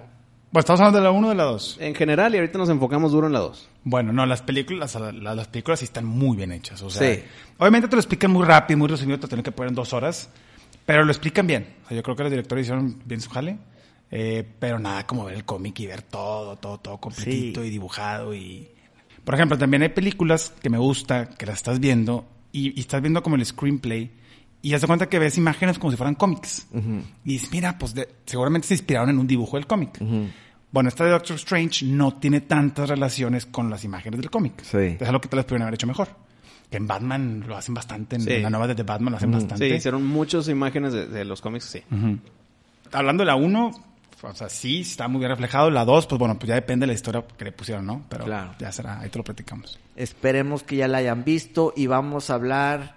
S4: Bueno, estamos hablando de la 1 o de la 2.
S1: En general, y ahorita nos enfocamos duro en la 2.
S4: Bueno, no, las películas, la- la- las películas sí están muy bien hechas. O sea,
S3: Sí.
S4: obviamente te lo explican muy rápido, muy resumido, te tienen que poner en dos horas, pero lo explican bien. O sea, yo creo que los directores hicieron bien su jale, eh, pero nada como ver el cómic y ver todo, todo, todo completito
S3: Sí.
S4: y dibujado y... Por ejemplo, también hay películas que me gusta, que las estás viendo y, y estás viendo como el screenplay y ya te cuenta que ves imágenes como si fueran cómics. Y dices, mira, pues de- seguramente se inspiraron en un dibujo del cómic. Bueno, esta de Doctor Strange no tiene tantas relaciones con las imágenes del cómic.
S3: Sí.
S4: Es algo que te las pudieron haber hecho mejor. Que en Batman lo hacen bastante, en,
S1: Sí.
S4: en la nueva de The Batman lo hacen bastante.
S1: Sí, hicieron muchas imágenes de, de los cómics, sí.
S4: Ujú. hablando de la 1, o sea, sí, está muy bien reflejado. La 2, pues bueno, pues ya depende de la historia que le pusieron, ¿no? Pero
S3: Claro.
S4: ya será, ahí te lo platicamos.
S3: Esperemos que ya la hayan visto y vamos a hablar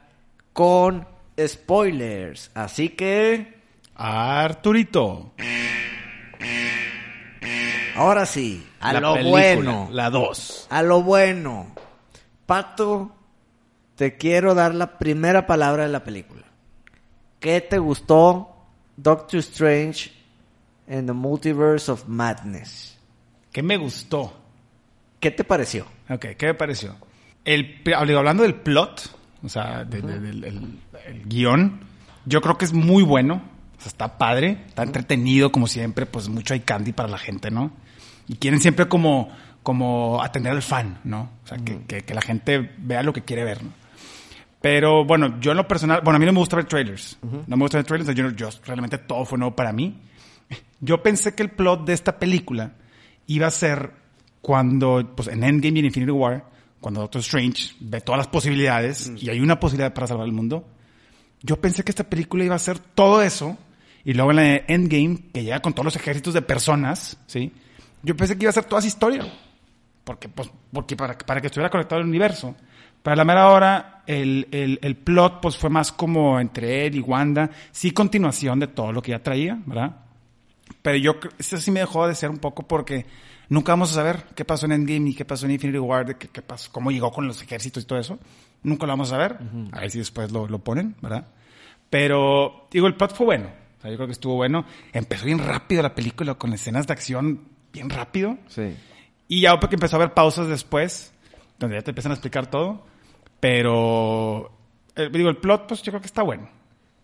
S3: con spoilers. Así que,
S4: Arturito.
S3: ahora sí, a
S1: La
S3: lo
S1: película,
S3: bueno.
S1: La 2.
S3: A lo bueno. Pato, te quiero dar la primera palabra de la película. ¿Qué te gustó Doctor Strange en the Multiverse of Madness?
S4: ¿Qué me gustó?
S3: ¿Qué te pareció?
S4: Ok, ¿qué me pareció? El, pl- digo, hablando del plot, o sea, de- de- del el- el guión, yo creo que es muy bueno. O sea, está padre, está entretenido como siempre, pues mucho hay candy para la gente, ¿no? Y quieren siempre como, como atender al fan, ¿no? O sea, que, que- que la gente vea lo que quiere ver, ¿no? Pero bueno, yo en lo personal, bueno, a mí no me gusta ver trailers. No me gusta ver trailers, yo, yo realmente todo fue nuevo para mí. Yo pensé que el plot de esta película iba a ser cuando, pues en Endgame y en Infinity War, cuando Doctor Strange ve todas las posibilidades y hay una posibilidad para salvar el mundo. Yo pensé que esta película iba a ser todo eso y luego en la de Endgame, que llega con todos los ejércitos de personas, ¿sí? Yo pensé que iba a ser toda esa historia. Porque, pues, porque para, para que estuviera conectado el universo. Para la mera hora, el, el- el plot pues, fue más como entre él y Wanda. Sí, continuación de todo lo que ya traía, ¿verdad? Pero yo, cre- eso sí me dejó de ser un poco porque nunca vamos a saber qué pasó en Endgame y qué pasó en Infinity War, de qué, qué pasó, cómo llegó con los ejércitos y todo eso. Nunca lo vamos a ver. A ver si después lo, lo ponen, ¿verdad? Pero, digo, el plot fue bueno. O sea, yo creo que estuvo bueno. Empezó bien rápido la película con escenas de acción bien rápido.
S3: Sí.
S4: Y ya porque empezó a haber pausas después, donde ya te empiezan a explicar todo. Pero, eh, digo, el plot, pues yo creo que está bueno.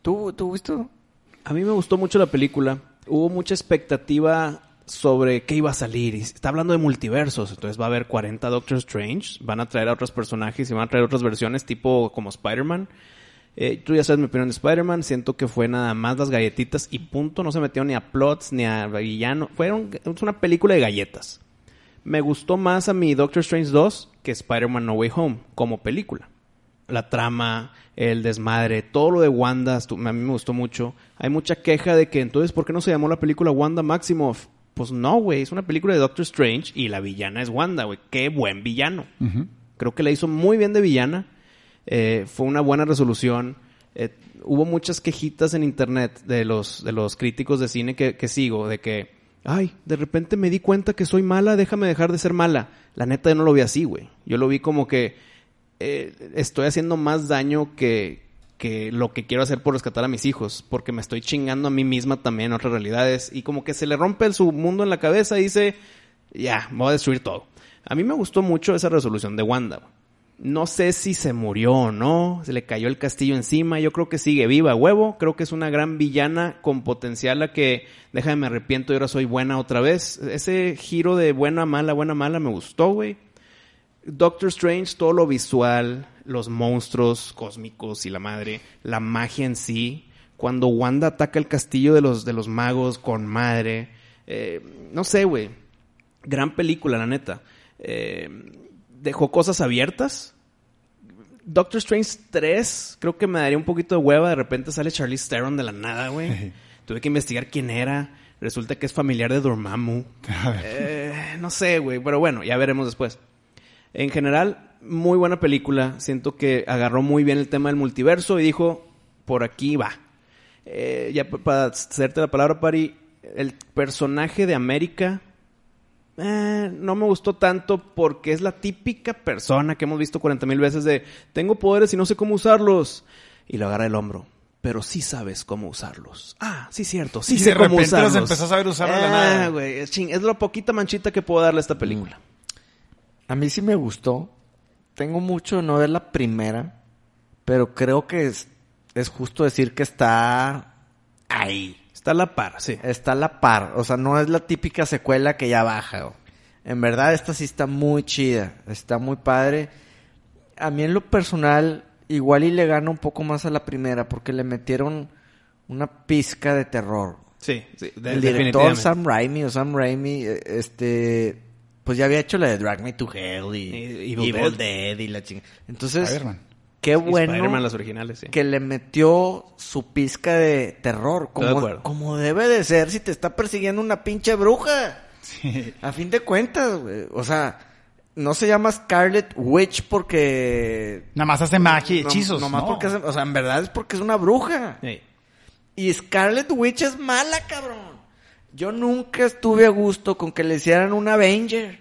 S3: ¿Tú, tú visto?
S1: A mí me gustó mucho la película. Hubo mucha expectativa sobre qué iba a salir. Y Está hablando de multiversos, entonces va a haber 40 Doctor Strange, van a traer a otros personajes y van a traer otras versiones tipo como Spider-Man. Eh, tú ya sabes mi opinión de Spider-Man, siento que fue nada más las galletitas y punto, no se metió ni a plots ni a villano, fueron es una película de galletas. Me gustó más a mi Doctor Strange 2 que Spider-Man No Way Home como película. La trama, el desmadre, todo lo de Wanda, estu- a mí me gustó mucho. Hay mucha queja de que entonces, ¿por qué no se llamó la película Wanda Maximoff? Pues no, güey, es una película de Doctor Strange y la villana es Wanda, güey. Qué buen villano. Creo que la hizo muy bien de villana. Eh, fue una buena resolución. Eh, hubo muchas quejitas en internet de los, de los críticos de cine que, que sigo, de que, ay, de repente me di cuenta que soy mala, déjame dejar de ser mala. La neta yo no lo vi así, güey. Yo lo vi como que eh, estoy haciendo más daño que, que lo que quiero hacer por rescatar a mis hijos, porque me estoy chingando a mí misma también en otras realidades. Y como que se le rompe el su mundo en la cabeza y dice, ya, me voy a destruir todo. A mí me gustó mucho esa resolución de Wanda. güey. No sé si se murió o no, se le cayó el castillo encima, yo creo que sigue viva, huevo, creo que es una gran villana con potencial a que, déjame, me arrepiento y ahora soy buena otra vez. Ese giro de buena, mala, buena, mala me gustó, güey. Doctor Strange, todo lo visual, los monstruos cósmicos y la madre, la magia en sí, cuando Wanda ataca el castillo de los, de los magos con madre, eh, no sé, güey, gran película, la neta. Eh, dejó cosas abiertas. Doctor Strange 3, creo que me daría un poquito de hueva, de repente sale Charlize Theron de la nada, güey. Tuve que investigar quién era, resulta que es familiar de Dormammu.
S4: A ver.
S1: Eh, no sé, güey, pero bueno, ya veremos después. En general, muy buena película. Siento que agarró muy bien el tema del multiverso y dijo, por aquí va. Eh, ya pa- para hacerte la palabra, Pari, el personaje de América eh, no me gustó tanto porque es la típica persona que hemos visto 40 mil veces de, tengo poderes y no sé cómo usarlos. Y lo agarra el hombro. Pero sí sabes cómo usarlos. Ah, sí, cierto. Sí,
S4: Y de
S1: sé cómo
S4: repente los
S1: usarlos.
S4: empezó a saber usar de la
S1: Ah,
S4: nada.
S1: güey, es, ching- es la poquita manchita que puedo darle a esta película.
S3: A mí sí me gustó. Tengo mucho de no ver la primera, pero creo que es, es justo decir que está ahí.
S1: Está a la par, sí.
S3: Está a la par. O sea, no es la típica secuela que ya baja. güey. En verdad, esta sí está muy chida. Está muy padre. A mí en lo personal, igual y le gana un poco más a la primera, porque le metieron una pizca de terror.
S1: Sí, sí. de-
S3: El director
S1: definitivamente.
S3: Sam Raimi o Sam Raimi, eh, este, pues ya había hecho la de Drag Me to Hell y
S1: Y-
S3: Evil,
S1: Evil
S3: Dead. y la chingada. Entonces,
S4: Spider-Man.
S3: qué bueno
S1: Spider-Man, las originales, sí.
S3: que le metió su pizca de terror,
S1: de
S3: como,
S1: acuerdo.
S3: como debe de ser si te está persiguiendo una pinche bruja.
S4: Sí.
S3: A fin de cuentas, güey. O sea, no se llama Scarlet Witch porque...
S4: Nada más hace magia y
S3: no-
S4: hechizos.
S3: nomás
S4: no.
S3: porque... es- O sea, en verdad es porque es una bruja.
S1: Sí.
S3: Y Scarlet Witch es mala, cabrón. Yo nunca estuve a gusto con que le hicieran un Avenger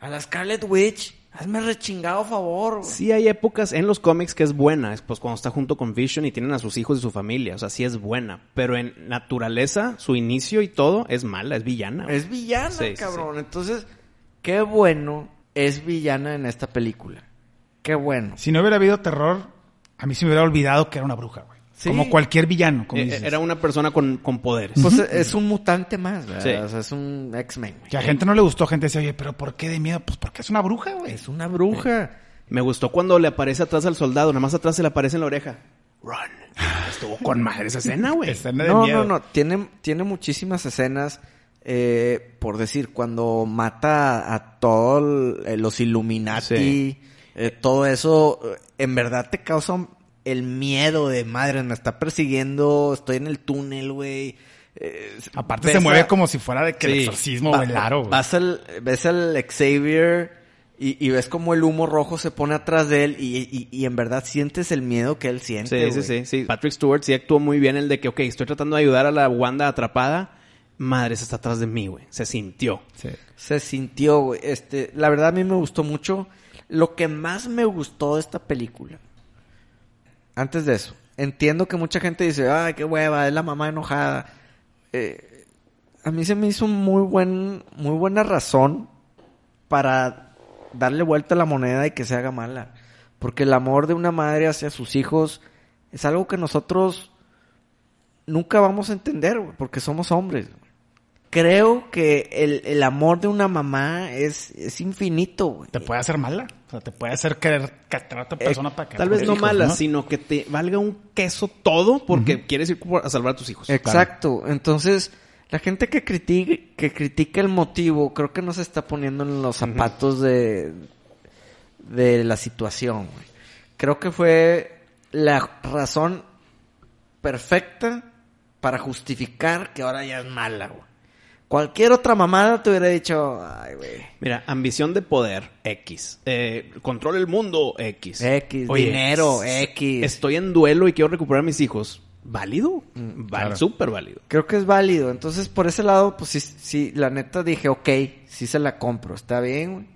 S3: a la Scarlet Witch. Hazme rechingado favor, güey.
S1: Sí hay épocas en los cómics que es buena, es, pues cuando está junto con Vision y tienen a sus hijos y su familia, o sea, sí es buena, pero en naturaleza, su inicio y todo es mala, es villana. güey.
S3: Es villana,
S1: Sí, sí,
S3: cabrón. Entonces, qué bueno es villana en esta película. Qué bueno.
S4: Si no hubiera habido terror, a mí se me hubiera olvidado que era una bruja, güey.
S3: Sí.
S4: Como cualquier villano, como
S1: Eh,
S4: dices.
S1: Era una persona con, con poderes.
S3: Pues es un mutante más, ¿verdad?
S1: Sí.
S3: O sea, es un X-Men. güey.
S4: Que a gente no le gustó, gente decía, oye, pero ¿por qué de miedo? Pues porque es una bruja, güey. Eh,
S3: Es una bruja.
S1: Me gustó cuando le aparece atrás al soldado, nada más atrás se le aparece en la oreja. Run. Estuvo con madre esa escena, güey.
S4: Escena de
S3: No,
S4: miedo.
S3: no, no. Tiene, tiene muchísimas escenas. eh, por decir, cuando mata a todos eh, los Illuminati,
S1: Sí.
S3: eh, todo eso, eh, en verdad te causa un- el miedo de madre. Me está persiguiendo, estoy en el túnel, güey. Eh,
S4: Aparte
S3: ves
S4: se mueve
S3: a-
S4: como si fuera de que el
S1: Sí.
S4: exorcismo
S3: Va-
S4: o el aro, güey.
S3: vas al- ves al Xavier y, y ves como el humo rojo se pone atrás de él y, y- y en verdad sientes el miedo que él
S1: Sí,
S3: siente.
S1: sí,
S3: güey.
S1: sí, sí. Patrick Stewart sí actuó muy bien el de que, ok, estoy tratando de ayudar a la Wanda atrapada. Madre, se está atrás de mí, güey. Se sintió.
S4: Sí.
S3: Se sintió, güey. Este, la verdad a mí me gustó mucho. Lo que más me gustó de esta película. Antes de eso, entiendo que mucha gente dice, ay, qué hueva, es la mamá enojada. Eh, a mí se me hizo muy buen, muy buena razón para darle vuelta a la moneda y que se haga mala. Porque el amor de una madre hacia sus hijos es algo que nosotros nunca vamos a entender, güey, porque somos hombres. güey. Creo que el, el amor de una mamá es, es infinito, güey.
S4: Te puede hacer mala. O sea, te puede hacer querer catar a otra persona para que
S1: Eh, Tal vez no
S4: hijos,
S1: mala, sino que te valga un queso todo porque quieres ir por- a salvar a tus hijos.
S3: Exacto. Entonces, la gente que critique, que critica el motivo, creo que no se está poniendo en los zapatos de, de la situación, güey. Creo que fue la razón perfecta para justificar que ahora ya es mala, güey. Cualquier otra mamada te hubiera dicho, ay, güey.
S1: Mira, ambición de poder, X. Eh, control el mundo, X.
S3: X,
S1: Oye,
S3: dinero,
S1: s-
S3: X.
S1: Estoy en duelo y quiero recuperar a mis hijos. ¿Válido? Val-
S4: claro.
S1: Súper válido.
S3: Creo que es válido. Entonces, por ese lado, pues sí, sí, la neta dije, ok, sí se la compro, está bien, güey.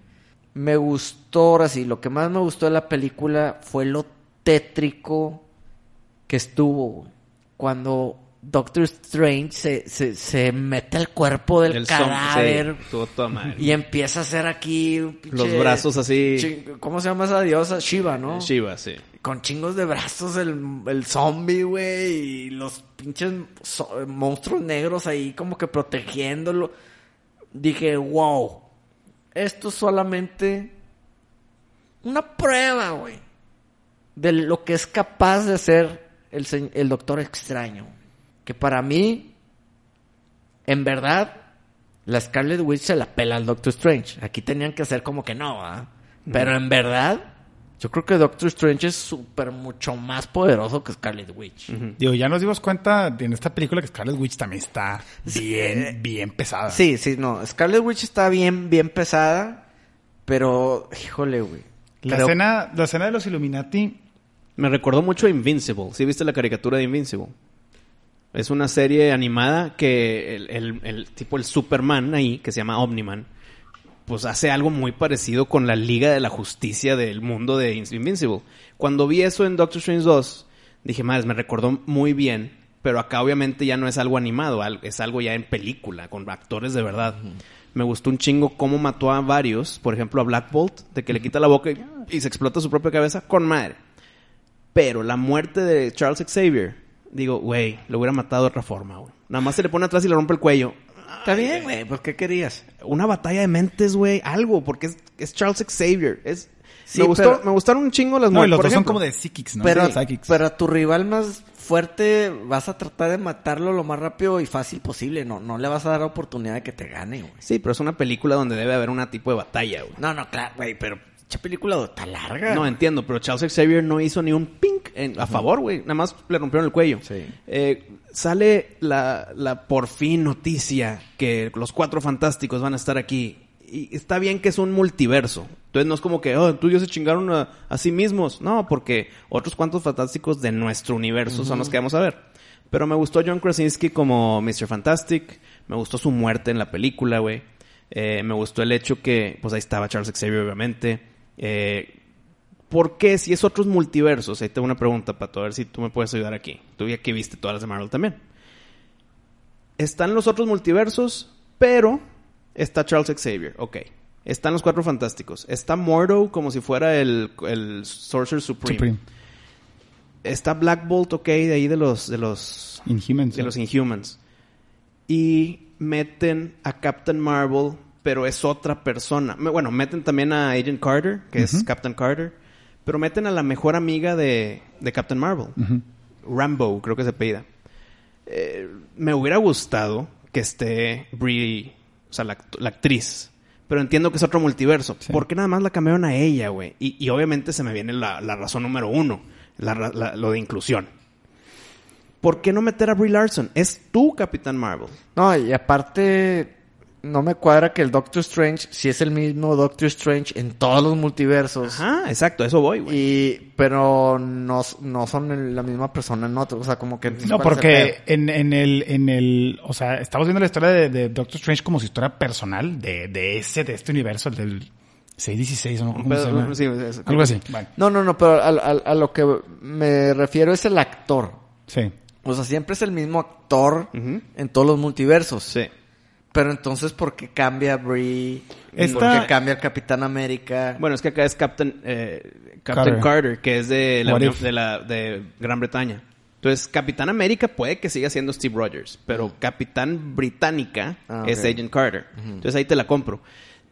S3: Me gustó, ahora sí, lo que más me gustó de la película fue lo tétrico que estuvo, güey. Cuando Doctor Strange se, se, se mete al cuerpo del
S1: El som-
S3: cadáver
S1: sí, estuvo toda madre.
S3: y empieza a hacer aquí un pinche-
S1: Los brazos así.
S3: chin- ¿Cómo se llama esa diosa? Shiva, ¿no?
S1: Shiva, sí.
S3: con chingos de brazos el, el zombie, güey, y los pinches so- monstruos negros ahí como que protegiéndolo. Dije, wow, esto es solamente una prueba, güey, de lo que es capaz de hacer el, se- el doctor extraño. Que para mí, en verdad, la Scarlet Witch se la pela al Doctor Strange. Aquí tenían que hacer como que no, ¿ah? Pero en verdad, yo creo que Doctor Strange es súper mucho más poderoso que Scarlet Witch.
S4: Mm. Digo, ya nos dimos cuenta de- en esta película que Scarlet Witch también está bien, bien pesada.
S3: Sí, sí, no. Scarlet Witch está bien, bien pesada. Pero, híjole, güey.
S4: La,
S3: Creo-
S4: escena, la escena de los Illuminati,
S1: Pues Me recordó mucho a Invincible. ¿Sí viste la caricatura de Invincible? Es una serie animada que el, el- el tipo, el Superman ahí, que se llama Omniman, pues hace algo muy parecido con la Liga de la Justicia del mundo de In- Invincible. Cuando vi eso en Doctor Strange 2, dije, madre, me recordó muy bien, pero acá obviamente ya no es algo animado, al- es algo ya en película, con actores de verdad. Me gustó un chingo cómo mató a varios, por ejemplo a Black Bolt, de que le quita la boca y, y se explota su propia cabeza, con madre. Pero la muerte de Charles Xavier, digo, güey, lo hubiera matado de otra forma, güey. Nada más se le pone atrás y le rompe el cuello.
S3: Está bien, güey. ¿Por qué querías?
S1: Una batalla de mentes, güey, algo, porque es, es Charles Xavier. Es,
S3: Sí,
S1: me, gustó-
S3: pero-
S1: me gustaron un chingo las
S4: no, y
S1: muertes.
S4: los
S1: por
S4: dos son
S1: ejemplo.
S4: como de psychics, ¿no?
S3: pero,
S4: Sí, psychics.
S3: pero a tu rival más fuerte vas a tratar de matarlo lo más rápido y fácil posible. No, no le vas a dar la oportunidad de que te gane, güey.
S1: Sí, pero es una película donde debe haber una tipo de batalla, güey.
S3: No, no, claro, güey, pero Pinche película tan larga.
S1: No entiendo, pero Charles Xavier no hizo ni un pink en- a favor, güey. Nada más le rompieron el cuello.
S3: Sí.
S1: Eh, sale la, la por fin noticia que los cuatro fantásticos van a estar aquí. Y está bien que es un multiverso. Entonces no es como que, oh, tú y yo se chingaron a, a sí mismos. No, porque otros cuantos fantásticos de nuestro universo son los que vamos a ver. Pero me gustó John Krasinski como Mr. Fantastic. Me gustó su muerte en la película, güey. Eh, me gustó el hecho que, pues ahí estaba Charles Xavier, obviamente. Eh, ¿Por qué si es otros multiversos? Ahí tengo una pregunta, Pato, a ver si tú me puedes ayudar aquí. Tú ya que viste todas las de Marvel también. Están los otros multiversos, pero está Charles Xavier, ok. Están los Cuatro Fantásticos. Está Mordo como si fuera el, el Sorcerer Supreme.
S4: Supreme.
S1: Está Black Bolt, ok, de ahí de los, de los
S4: Inhumans.
S1: de los Inhumans. Y meten a Captain Marvel, pero es otra persona. Me- Bueno, meten también a Agent Carter, que es Captain Carter. Pero meten a la mejor amiga de, de Captain Marvel. Rambo, creo que se apellida. Eh, me hubiera gustado que esté Brie, o sea, la, act- la actriz. Pero entiendo que es otro multiverso.
S4: Sí.
S1: ¿Por qué nada más la cambiaron a ella, güey? Y, y obviamente se me viene la, la razón número uno. la ra- la- lo de inclusión. ¿Por qué no meter a Brie Larson? Es tu Capitán Marvel.
S3: No, y aparte, no me cuadra que el Doctor Strange, si es el mismo Doctor Strange en todos los multiversos.
S1: Ajá, exacto, a eso voy, güey.
S3: Y, pero no, no son el- la misma persona en otro. O sea, como que.
S1: Pues
S4: No,
S3: ¿cuál es el
S4: porque
S3: pedo?
S4: en, en el, en el, o sea, estamos viendo la historia de, de Doctor Strange como su historia personal de, de ese, de este universo, el del 616, ¿no? ¿Cómo
S1: Pero,
S4: se llama?
S1: sí, es-
S4: Algo así. Bueno,
S3: No, no, no, pero a, a- a lo que me refiero es el actor.
S4: sí.
S3: O sea, siempre es el mismo actor
S1: Ujú.
S3: en todos los multiversos.
S1: Sí.
S3: Pero entonces, ¿por qué cambia Brie? ¿Por
S4: Esta-
S3: qué cambia el Capitán América?
S1: Bueno, es que acá es Captain, eh, Captain
S4: Carter.
S1: Carter. que es de, la,
S4: What
S1: Unión-
S4: if?
S1: de, la- de Gran Bretaña. Entonces, Capitán América puede que siga siendo Steve Rogers, pero Capitán Británica
S3: Mm. Ah,
S1: es
S3: ok.
S1: Agent Carter. Entonces, ahí te la compro.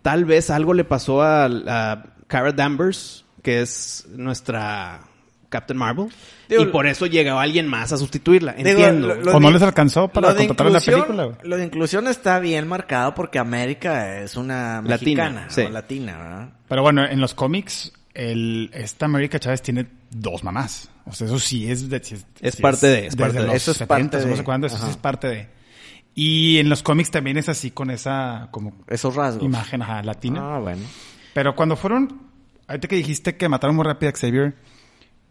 S1: Tal vez algo le pasó a, a Cara Danvers, que es nuestra Captain Marvel,
S3: Digo,
S1: y por eso llegaba alguien más a sustituirla.
S3: Digo,
S1: Entiendo. ¿eh?
S3: lo-
S4: o
S3: de-
S4: no les alcanzó para
S3: lo de
S4: contratar en la
S3: inclusión-
S4: película, güey.
S3: Lo de inclusión está bien marcado porque América es una
S1: Latina,
S3: mexicana
S1: sí.
S3: o latina, ¿verdad?
S4: Pero bueno, en los cómics, el, esta América Chávez tiene dos mamás. O sea, eso sí es... De, sí es,
S1: Es
S4: sí
S1: parte de, es
S4: desde
S1: parte de.
S4: los
S3: Eso es
S4: 70s,
S3: parte
S4: no sé
S3: de.
S4: cuándo, eso sí
S3: Ajá.
S4: es parte de. Y en los cómics también es así con esa como
S3: Esos rasgos.
S4: imagen ajá, latina.
S3: Ah, bueno.
S4: Pero cuando fueron... Ahorita que dijiste que mataron muy rápido a Xavier,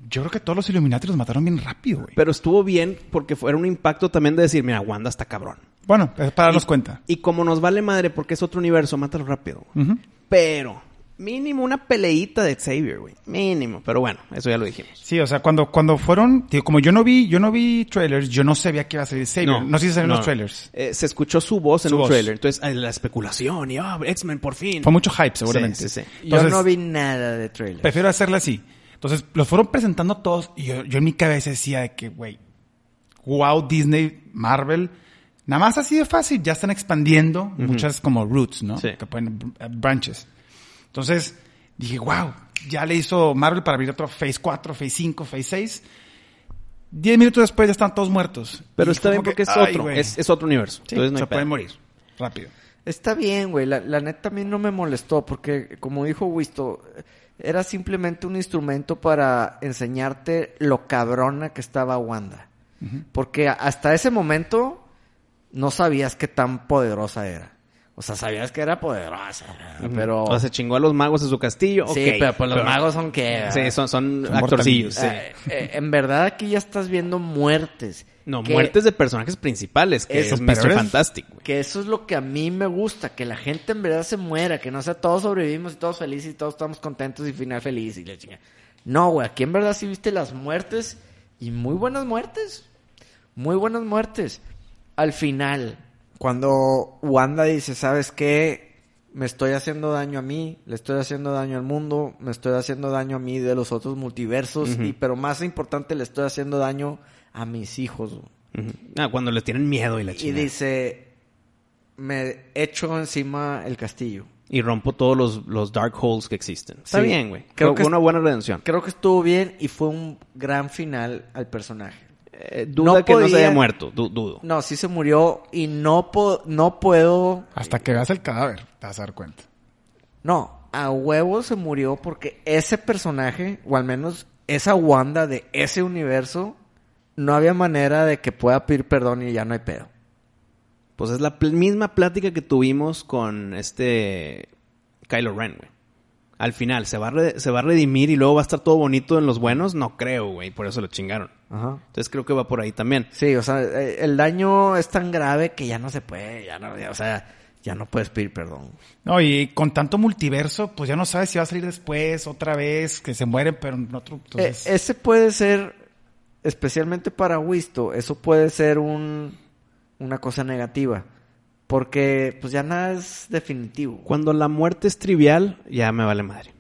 S4: yo creo que todos los Illuminati los mataron bien rápido, güey.
S1: Pero estuvo bien porque fue- era un impacto también de decir, mira, Wanda está cabrón.
S4: Bueno, es para darnos cuenta.
S1: Y como nos vale madre porque es otro universo, mátalo rápido. güey.
S4: Ujú.
S1: Pero, mínimo una peleita de Xavier, güey. Mínimo. Pero bueno, eso ya lo dijimos.
S4: Sí, o sea, cuando, cuando fueron, tío, como yo no vi, yo no vi trailers, yo no sabía que iba a salir Xavier. No, sé si salieron
S1: no.
S4: los trailers.
S1: Eh, se escuchó su voz en
S4: Su
S1: un
S4: voz.
S1: trailer. Entonces, ay, la especulación y, ah, X-Men por fin.
S4: Fue mucho hype, seguramente.
S1: Sí, sí, sí.
S4: Entonces,
S3: Yo no vi nada de trailer.
S4: Prefiero hacerla así. Entonces, los fueron presentando todos y yo, yo en mi cabeza decía de que, güey, wow, Disney, Marvel, nada más así de fácil, ya están expandiendo muchas como roots, ¿no?
S1: Sí.
S4: Que pueden, eh, branches. Entonces, dije, wow, ya le hizo Marvel para abrir otro Phase 4, Phase 5, Phase 6. Diez minutos después ya están todos muertos.
S1: Pero
S4: Y
S1: está
S4: fue
S1: bien
S4: como
S1: porque
S4: que,
S1: es
S4: ay,
S1: otro.
S4: güey.
S1: Es, es otro universo.
S4: Sí,
S1: Entonces, no
S4: se
S1: hay pedo.
S4: pueden morir rápido.
S3: Está bien, güey. La, la neta a mí no me molestó porque, como dijo Wisto, era simplemente un instrumento para enseñarte lo cabrona que estaba Wanda. Porque a- hasta ese momento no sabías qué tan poderosa era. O sea, sabías que era poderosa, ¿verdad? pero...
S1: O sea, se chingó a los magos en su castillo.
S3: Sí,
S1: ok.
S3: pero pues los magos son qué... ¿verdad?
S1: Sí, son, son
S4: Son
S1: actorcillos. Sí.
S3: Eh, eh, en verdad aquí ya estás viendo muertes.
S1: No,
S3: Que-
S1: muertes de personajes principales, que
S3: Eso,
S1: es Mr.
S4: pero-
S1: Fantastic, güey.
S3: Que eso es lo que a mí me gusta, que la gente en verdad se muera, que no sea todos sobrevivimos y todos felices y todos estamos contentos y final feliz y la chinga. No, güey, aquí en verdad sí viste las muertes y muy buenas muertes. Muy buenas muertes. Al final, cuando Wanda dice, ¿sabes qué? Me estoy haciendo daño a mí, le estoy haciendo daño al mundo, me estoy haciendo daño a mí de los otros multiversos, y, pero más importante, le estoy haciendo daño a mis hijos. güey".
S1: Ujú. Ah, cuando les tienen miedo y la
S3: Y
S1: chingada.
S3: dice, me echo encima el castillo.
S1: Y rompo todos los, los dark holes que existen. Está
S3: Sí.
S1: bien, güey.
S3: Creo
S1: Creo
S3: que
S1: que una buena redención.
S3: Creo que estuvo bien y fue un gran final al personaje.
S1: Eh, duda
S3: no
S1: que no se
S3: podía-
S1: haya muerto. du- dudo.
S3: No, sí se murió y no, po- no puedo...
S4: Hasta que veas el cadáver, te vas a dar cuenta.
S3: No, a huevo se murió porque ese personaje, o al menos esa Wanda de ese universo, no había manera de que pueda pedir perdón y ya no hay pedo.
S1: Pues es la pl- misma plática que tuvimos con este Kylo Ren, güey. Al final, ¿se va, a re- ¿se va a redimir y luego va a estar todo bonito en los buenos? No creo, güey. Por eso lo chingaron.
S3: Ajá.
S1: Entonces creo que va por ahí también.
S3: Sí, o sea, eh, el daño es tan grave que ya no se puede, ya no, ya- o sea, ya no puedes pedir perdón.
S4: No, y con tanto multiverso, pues ya no sabes si va a salir después, otra vez, que se mueren, pero en otro. Entonces,
S3: Eh, ese puede ser, especialmente para Wisto, eso puede ser un, una cosa negativa. Porque pues ya nada es definitivo.
S1: Cuando la muerte es trivial, ya me vale madre.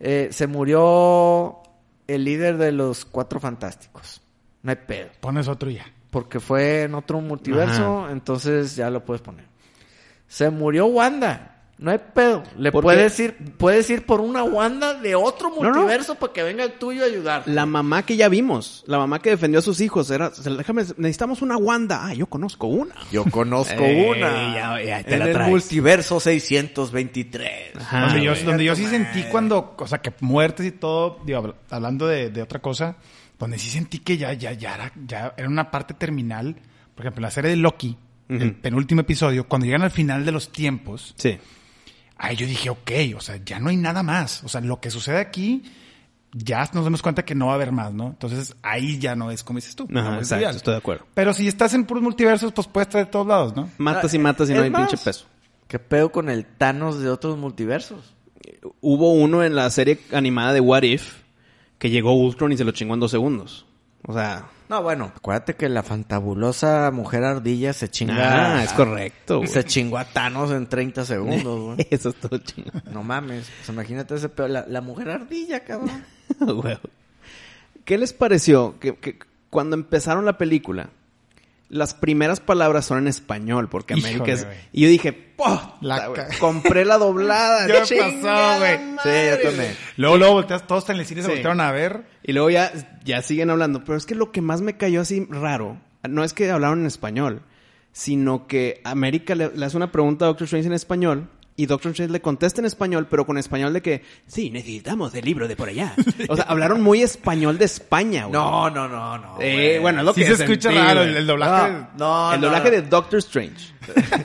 S3: Eh, se murió el líder de los Cuatro Fantásticos. No hay pedo.
S4: pones otro y ya.
S3: Porque fue en otro multiverso, entonces ya lo puedes poner. Se murió Wanda. No hay pedo. Le
S1: Porque-
S3: puedes ir, puedes ir por una Wanda de otro
S1: no.
S3: multiverso para que venga el tuyo a ayudar.
S1: La mamá que ya vimos, la mamá que defendió a sus hijos, era, o sea, déjame, necesitamos una Wanda. Ah, yo conozco una.
S3: Yo conozco
S1: Eh,
S3: una.
S1: ya- ya te
S3: en
S1: la
S3: el
S1: traes.
S3: multiverso 623.
S1: Ajá,
S4: donde
S3: Ah,
S4: yo,
S1: Ah, güey.
S4: donde yo sí sentí cuando, o sea, que muertes y todo, digo, habl- hablando de, de otra cosa, donde sí sentí que ya, ya, ya era, ya era una parte terminal. Por ejemplo, en la serie de Loki, el
S1: Ujú.
S4: penúltimo episodio, cuando llegan al final de los tiempos,
S1: Sí.
S4: ahí yo dije, ok, o sea, ya no hay nada más. O sea, lo que sucede aquí, ya nos damos cuenta que no va a haber más, ¿no? Entonces, ahí ya no es como dices tú.
S1: Ajá,
S4: no
S3: pues
S4: es
S1: exacto,
S4: trivial.
S1: estoy de acuerdo.
S3: Ah,
S4: Pero si estás en puros multiversos, pues puedes estar de todos lados, ¿no?
S1: Matas y matas y no
S3: Es
S1: hay
S3: más,
S1: pinche peso.
S3: ¿Qué pedo con el Thanos de otros multiversos?
S1: Hubo uno en la serie animada de What If que llegó Ultron y se lo chingó en dos segundos. O sea,
S3: No, bueno, acuérdate que la fantabulosa mujer ardilla se chinga.
S1: ah, es correcto. güey.
S3: Se chingó a Thanos en 30 segundos, güey.
S1: Eso es todo chingón.
S3: No mames. Pues imagínate ese pedo. La, la mujer ardilla, cabrón.
S1: Huevo. ¿Qué les pareció que, que cuando empezaron la película, las primeras palabras son en español? Porque
S4: Híjole,
S1: América es...
S4: güey.
S1: Y yo dije, ¡po!
S4: La
S1: güey,
S4: ca-
S1: Compré la doblada.
S4: Ya me
S1: chingada
S4: pasó,
S1: madre,
S4: güey.
S3: Sí, yo también.
S1: güey.
S4: Luego, luego volteas, todos en el cine se
S1: Sí.
S4: voltearon a ver.
S1: Y luego ya, ya siguen hablando. Pero es que lo que más me cayó así raro, no es que hablaron en español, sino que América le, le hace una pregunta a Doctor Strange en español. Y Doctor Strange le contesta en español, pero con español de que, sí, necesitamos el libro de por allá. O sea, hablaron muy español de España, güey.
S3: No, no, no, no.
S1: Eh,
S3: güey.
S1: bueno, es lo
S4: Sí
S1: que
S4: se escucha
S1: sentí,
S4: raro
S1: güey.
S4: el, el doblaje.
S3: No, no,
S1: el
S3: no,
S1: doblaje
S3: no.
S1: de Doctor Strange.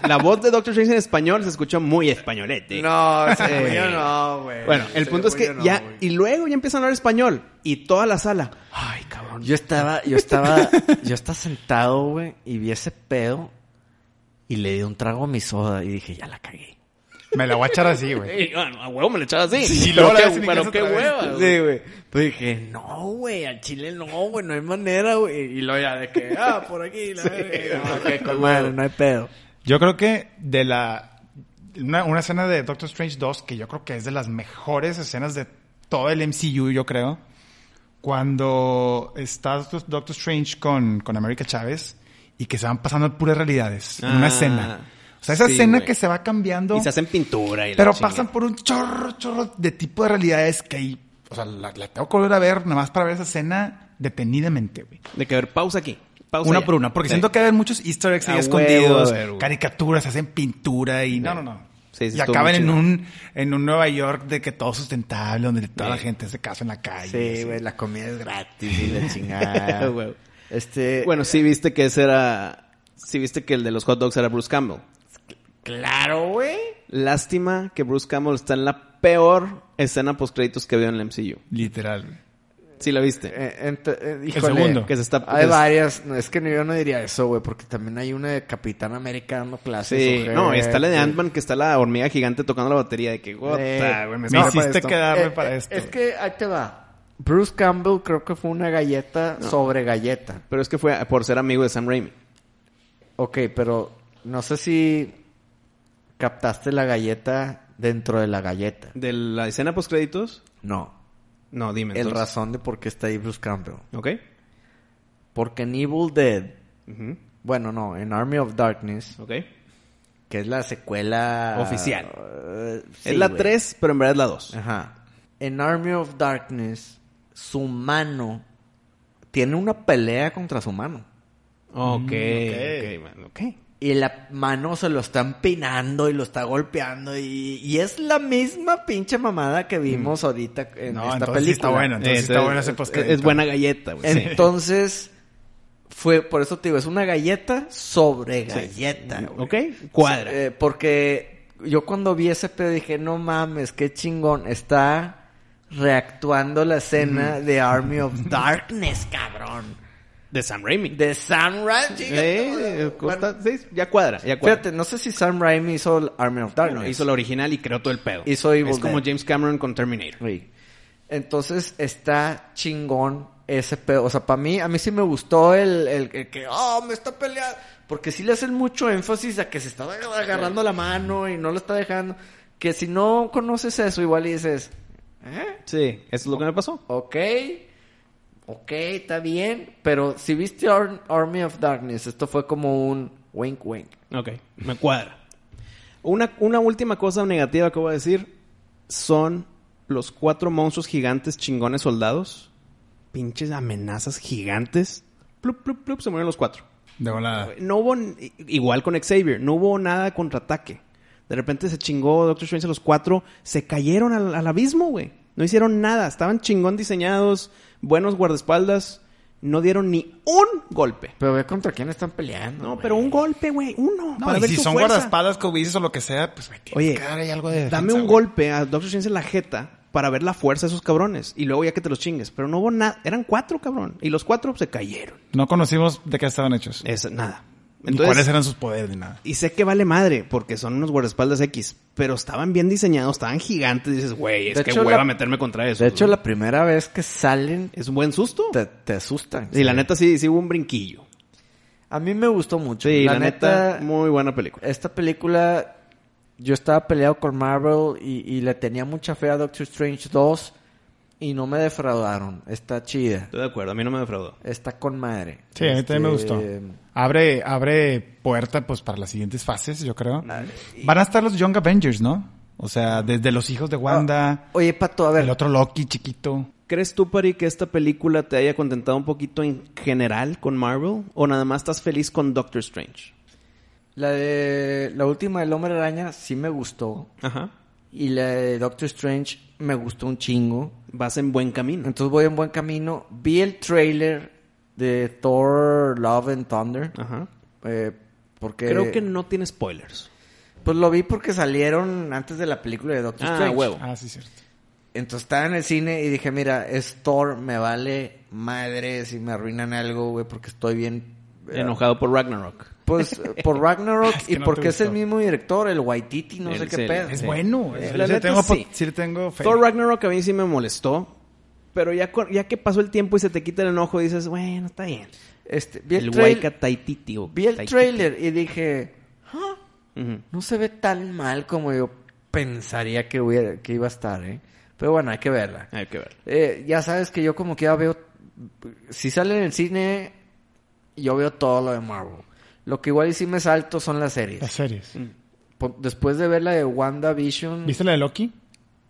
S1: La voz de Doctor Strange en español se escuchó muy españolete.
S3: No, ese
S1: Eh,
S3: güey, no, güey.
S1: Bueno, el
S3: Ese
S1: punto es
S3: güey,
S1: que
S3: no,
S1: ya...
S3: güey.
S1: Y luego ya empiezan a hablar español. Y toda la sala... Ay, cabrón.
S3: Yo estaba, yo estaba, yo estaba sentado, güey, y vi ese pedo y le di un trago a mi soda y dije, ya la cagué.
S4: Me la voy a echar así, güey.
S1: Y, bueno, a huevo me lo echaba así.
S4: Sí,
S1: Pero
S4: luego la
S1: qué-
S4: ves en mi
S1: pero
S4: casa
S1: qué
S4: otra vez.
S1: hueva. güey.
S3: Sí, güey. Pues dije, no, güey, al chile no, güey, no hay manera, güey. Y lo ya de que, ah, por aquí, la verga. Ok, con madre, no hay pedo.
S4: Yo creo que de la. Una, una escena de Doctor Strange 2 que yo creo que es de las mejores escenas de todo el MCU, yo creo. Cuando está Doctor, Doctor Strange con, con América Chávez y que se van pasando puras realidades en
S1: Ah,
S4: una escena. O sea, esa
S1: sí,
S4: escena
S1: güey.
S4: que se va cambiando.
S1: Y se hacen pintura y la
S4: Pero
S1: chinga.
S4: pasan por un chorro, chorro de tipo de realidades que hay. O sea, la, la tengo que volver a ver, nada más para ver esa escena detenidamente, güey.
S1: De que a ver, pausa aquí. Pausa
S4: Una
S1: allá.
S4: por una, porque
S1: Ah, Sí.
S4: siento que hay muchos easter eggs
S1: A
S4: ahí
S1: huevo,
S4: escondidos,
S1: a ver, güey.
S4: caricaturas, hacen pintura y no, no, no.
S1: Sí, sí,
S4: y
S1: estuvo
S4: acaban
S1: muy
S4: en
S1: chido.
S4: un, en un Nueva York de que todo sustentable, donde toda la
S1: Sí.
S4: gente se casa en la calle.
S3: Sí,
S4: así.
S3: güey, la comida es gratis y la chingada.
S1: Huevo.
S3: este,
S1: Eh, Bueno, sí viste que ese era... Sí viste que el de los hot dogs era Bruce Campbell.
S3: claro, güey.
S1: Lástima que Bruce Campbell está en la peor escena post créditos que veo en el MCU.
S4: Literal. güey.
S1: Sí la viste.
S3: Eh, ent- eh, híjole,
S4: segundo.
S1: Que se está-
S3: Hay
S1: que es-
S3: varias. no, Es que yo no diría eso, güey, porque también hay una de Capitán América dando clases.
S1: Sí.
S3: ojete.
S1: No, está la de Ant-Man que está la hormiga gigante tocando la batería de que gota,
S3: Eh,
S1: güey, me
S4: Me
S1: espera
S4: hiciste
S1: para esto".
S4: quedarme
S3: Eh,
S4: para
S3: eh,
S4: esto.
S3: Es que ahí te va. Bruce Campbell creo que fue una galleta sobre galleta.
S1: Pero es que fue por ser amigo de Sam Raimi.
S3: Ok, pero no sé si captaste la galleta dentro de la galleta.
S1: De la escena post créditos,
S3: No.
S1: no, dime
S3: El
S1: entonces.
S3: razón de por qué está ahí Bruce Campbell.
S1: ¿Ok?
S3: Porque en Evil Dead,
S1: Ujú.
S3: bueno, no, en Army of Darkness,
S1: ¿Ok?
S3: que es la secuela
S1: Oficial.
S3: Eh, sí,
S1: Ah, es la
S3: güey.
S1: 3, pero en verdad es la 2.
S3: Ajá. En Army of Darkness, su mano tiene una pelea contra su mano.
S1: Ok, ok,
S4: ok.
S1: man, ok.
S3: y la mano se lo está empinando y lo está golpeando y, y es la misma pinche mamada que vimos ahorita en
S4: Mm. No,
S3: esta
S4: entonces sí
S3: película.
S4: está bueno, entonces sí está bueno ese
S1: es,
S4: postcrédito.
S1: es buena galleta, güey. sí.
S3: Entonces fue por eso te digo, es una galleta sobre galleta. güey.
S1: ¿Ok? Cuadra.
S3: Eh, porque yo cuando vi ese pedo dije, no mames, qué chingón. Está reactuando la escena de Army of Darkness, cabrón.
S1: de Sam Raimi.
S3: De Sam Raimi.
S1: Eh, eh, costa- sí, ya cuadra, ya cuadra.
S3: Fíjate, no sé si Sam Raimi hizo el Army of
S1: Bueno,
S3: Darkness.
S1: hizo la original y creó todo el pedo.
S3: Hizo Evil
S1: Es como
S3: Dead.
S1: James Cameron con Terminator.
S3: Sí. Entonces está chingón ese pedo. O sea, para mí, a mí sí me gustó el, el- el que, oh, me está peleando. Porque sí le hacen mucho énfasis a que se está agarrando la mano y no lo está dejando. Que si no conoces eso, igual y dices, ¿eh?
S1: Sí, eso es lo que me pasó.
S3: Ok, ok, está bien. Pero si viste Ar- Army of Darkness, esto fue como un wink wink.
S1: Ok, me cuadra. Una, una última cosa negativa que voy a decir son los cuatro monstruos gigantes chingones soldados. Pinches amenazas gigantes. Plup, plup, plup, se murieron los cuatro.
S4: De volada.
S1: No hubo, i- igual con Xavier, no hubo nada de contraataque. De repente se chingó Doctor Strange a los cuatro, se cayeron al, al abismo, güey. No hicieron nada, estaban chingón diseñados, buenos guardaespaldas, no dieron ni un golpe.
S3: Pero ve contra quién están peleando.
S1: No,
S3: güey.
S1: pero un golpe, güey, uno.
S4: No,
S1: para
S4: y
S1: ver
S4: si
S1: tu
S4: son
S1: fuerza.
S4: guardaespaldas, cobices o lo que sea, pues me tiene
S1: Oye,
S4: que dar ahí algo de
S1: Dame
S4: defensa,
S1: un
S4: güey.
S1: golpe a Doctor Strange en la jeta para ver la fuerza de esos cabrones y luego ya que te los chingues. Pero no hubo nada, eran cuatro, cabrón. Y los cuatro se cayeron.
S4: No conocimos de qué estaban hechos.
S1: Es nada.
S4: Ni cuáles eran sus poderes ni nada.
S1: Y sé que vale madre, porque son unos guardaespaldas X, pero estaban bien diseñados, estaban gigantes. Dices, güey, es
S3: De
S1: que
S3: hecho,
S1: hueva
S3: la-
S1: meterme contra eso.
S3: De hecho, la primera vez que salen,
S1: Es un buen susto.
S3: te, te asustan.
S1: Y la neta sí, sí hubo un brinquillo.
S3: A mí me gustó mucho.
S1: Sí,
S3: la, neta,
S1: muy buena película.
S3: esta película, yo estaba peleado con Marvel y, y le tenía mucha fe a Doctor Strange 2 y no me defraudaron. Está chida.
S1: Estoy de acuerdo, a mí no me defraudó.
S3: Está con madre.
S4: Sí, a mí también me
S3: Este,
S4: gustó. Abre, abre puerta pues para las siguientes fases, yo creo. Van a estar los Young Avengers, ¿no? O sea, desde los hijos de Wanda,
S3: ah, Oye, Pato, a
S4: el
S3: ver.
S4: otro Loki chiquito.
S1: ¿Crees tú, Pari, que esta película te haya contentado un poquito en general con Marvel? ¿O nada más estás feliz con Doctor Strange?
S3: La de la última del Hombre Araña sí me gustó.
S1: Ajá.
S3: Y la de Doctor Strange me gustó un chingo.
S1: Vas en buen camino.
S3: Entonces voy en buen camino. Vi el trailer de Thor Love and Thunder.
S1: Ajá.
S3: eh, porque
S1: Ah. Creo que no tiene spoilers.
S3: Pues lo vi porque salieron antes de la película de Doctor
S1: Ah,
S3: Strange.
S1: huevo.
S4: Ah, sí, cierto.
S3: Entonces estaba en el cine y dije, mira, es Thor, me vale madre si me arruinan algo, güey, porque estoy bien... eh,
S1: Enojado por Ragnarok.
S3: Pues por Ragnarok
S4: Es que
S3: y
S4: no te
S3: porque es el
S4: gustó.
S3: mismo director, el Waititi, no
S1: El-
S3: sé qué
S1: sí,
S3: pedo.
S4: Es
S1: Sí.
S4: bueno.
S1: Eh,
S4: es-
S1: la
S4: sí, le
S1: neta,
S4: tengo, po-
S1: sí.
S4: sí le tengo fe.
S1: Thor Ragnarok a mí sí me molestó. Pero ya, cu- ya que pasó el tiempo y se te quita el enojo, dices, bueno, está bien.
S3: Este, vi el,
S1: El
S3: trail-
S1: Waika Taititi. o
S3: vi el
S1: Taititi.
S3: trailer y dije, "Ah,
S1: Ujú.
S3: no se ve tan mal como yo pensaría que, hubiera- que iba a estar, ¿eh? Pero bueno, hay que verla.
S1: Hay que ver.
S3: Eh, ya sabes que yo como que ya veo... Si sale en el cine, yo veo todo lo de Marvel. Lo que igual y sí me salto son las series.
S4: Las series.
S3: Po- Después de ver la de WandaVision,
S4: ¿Viste la de Loki?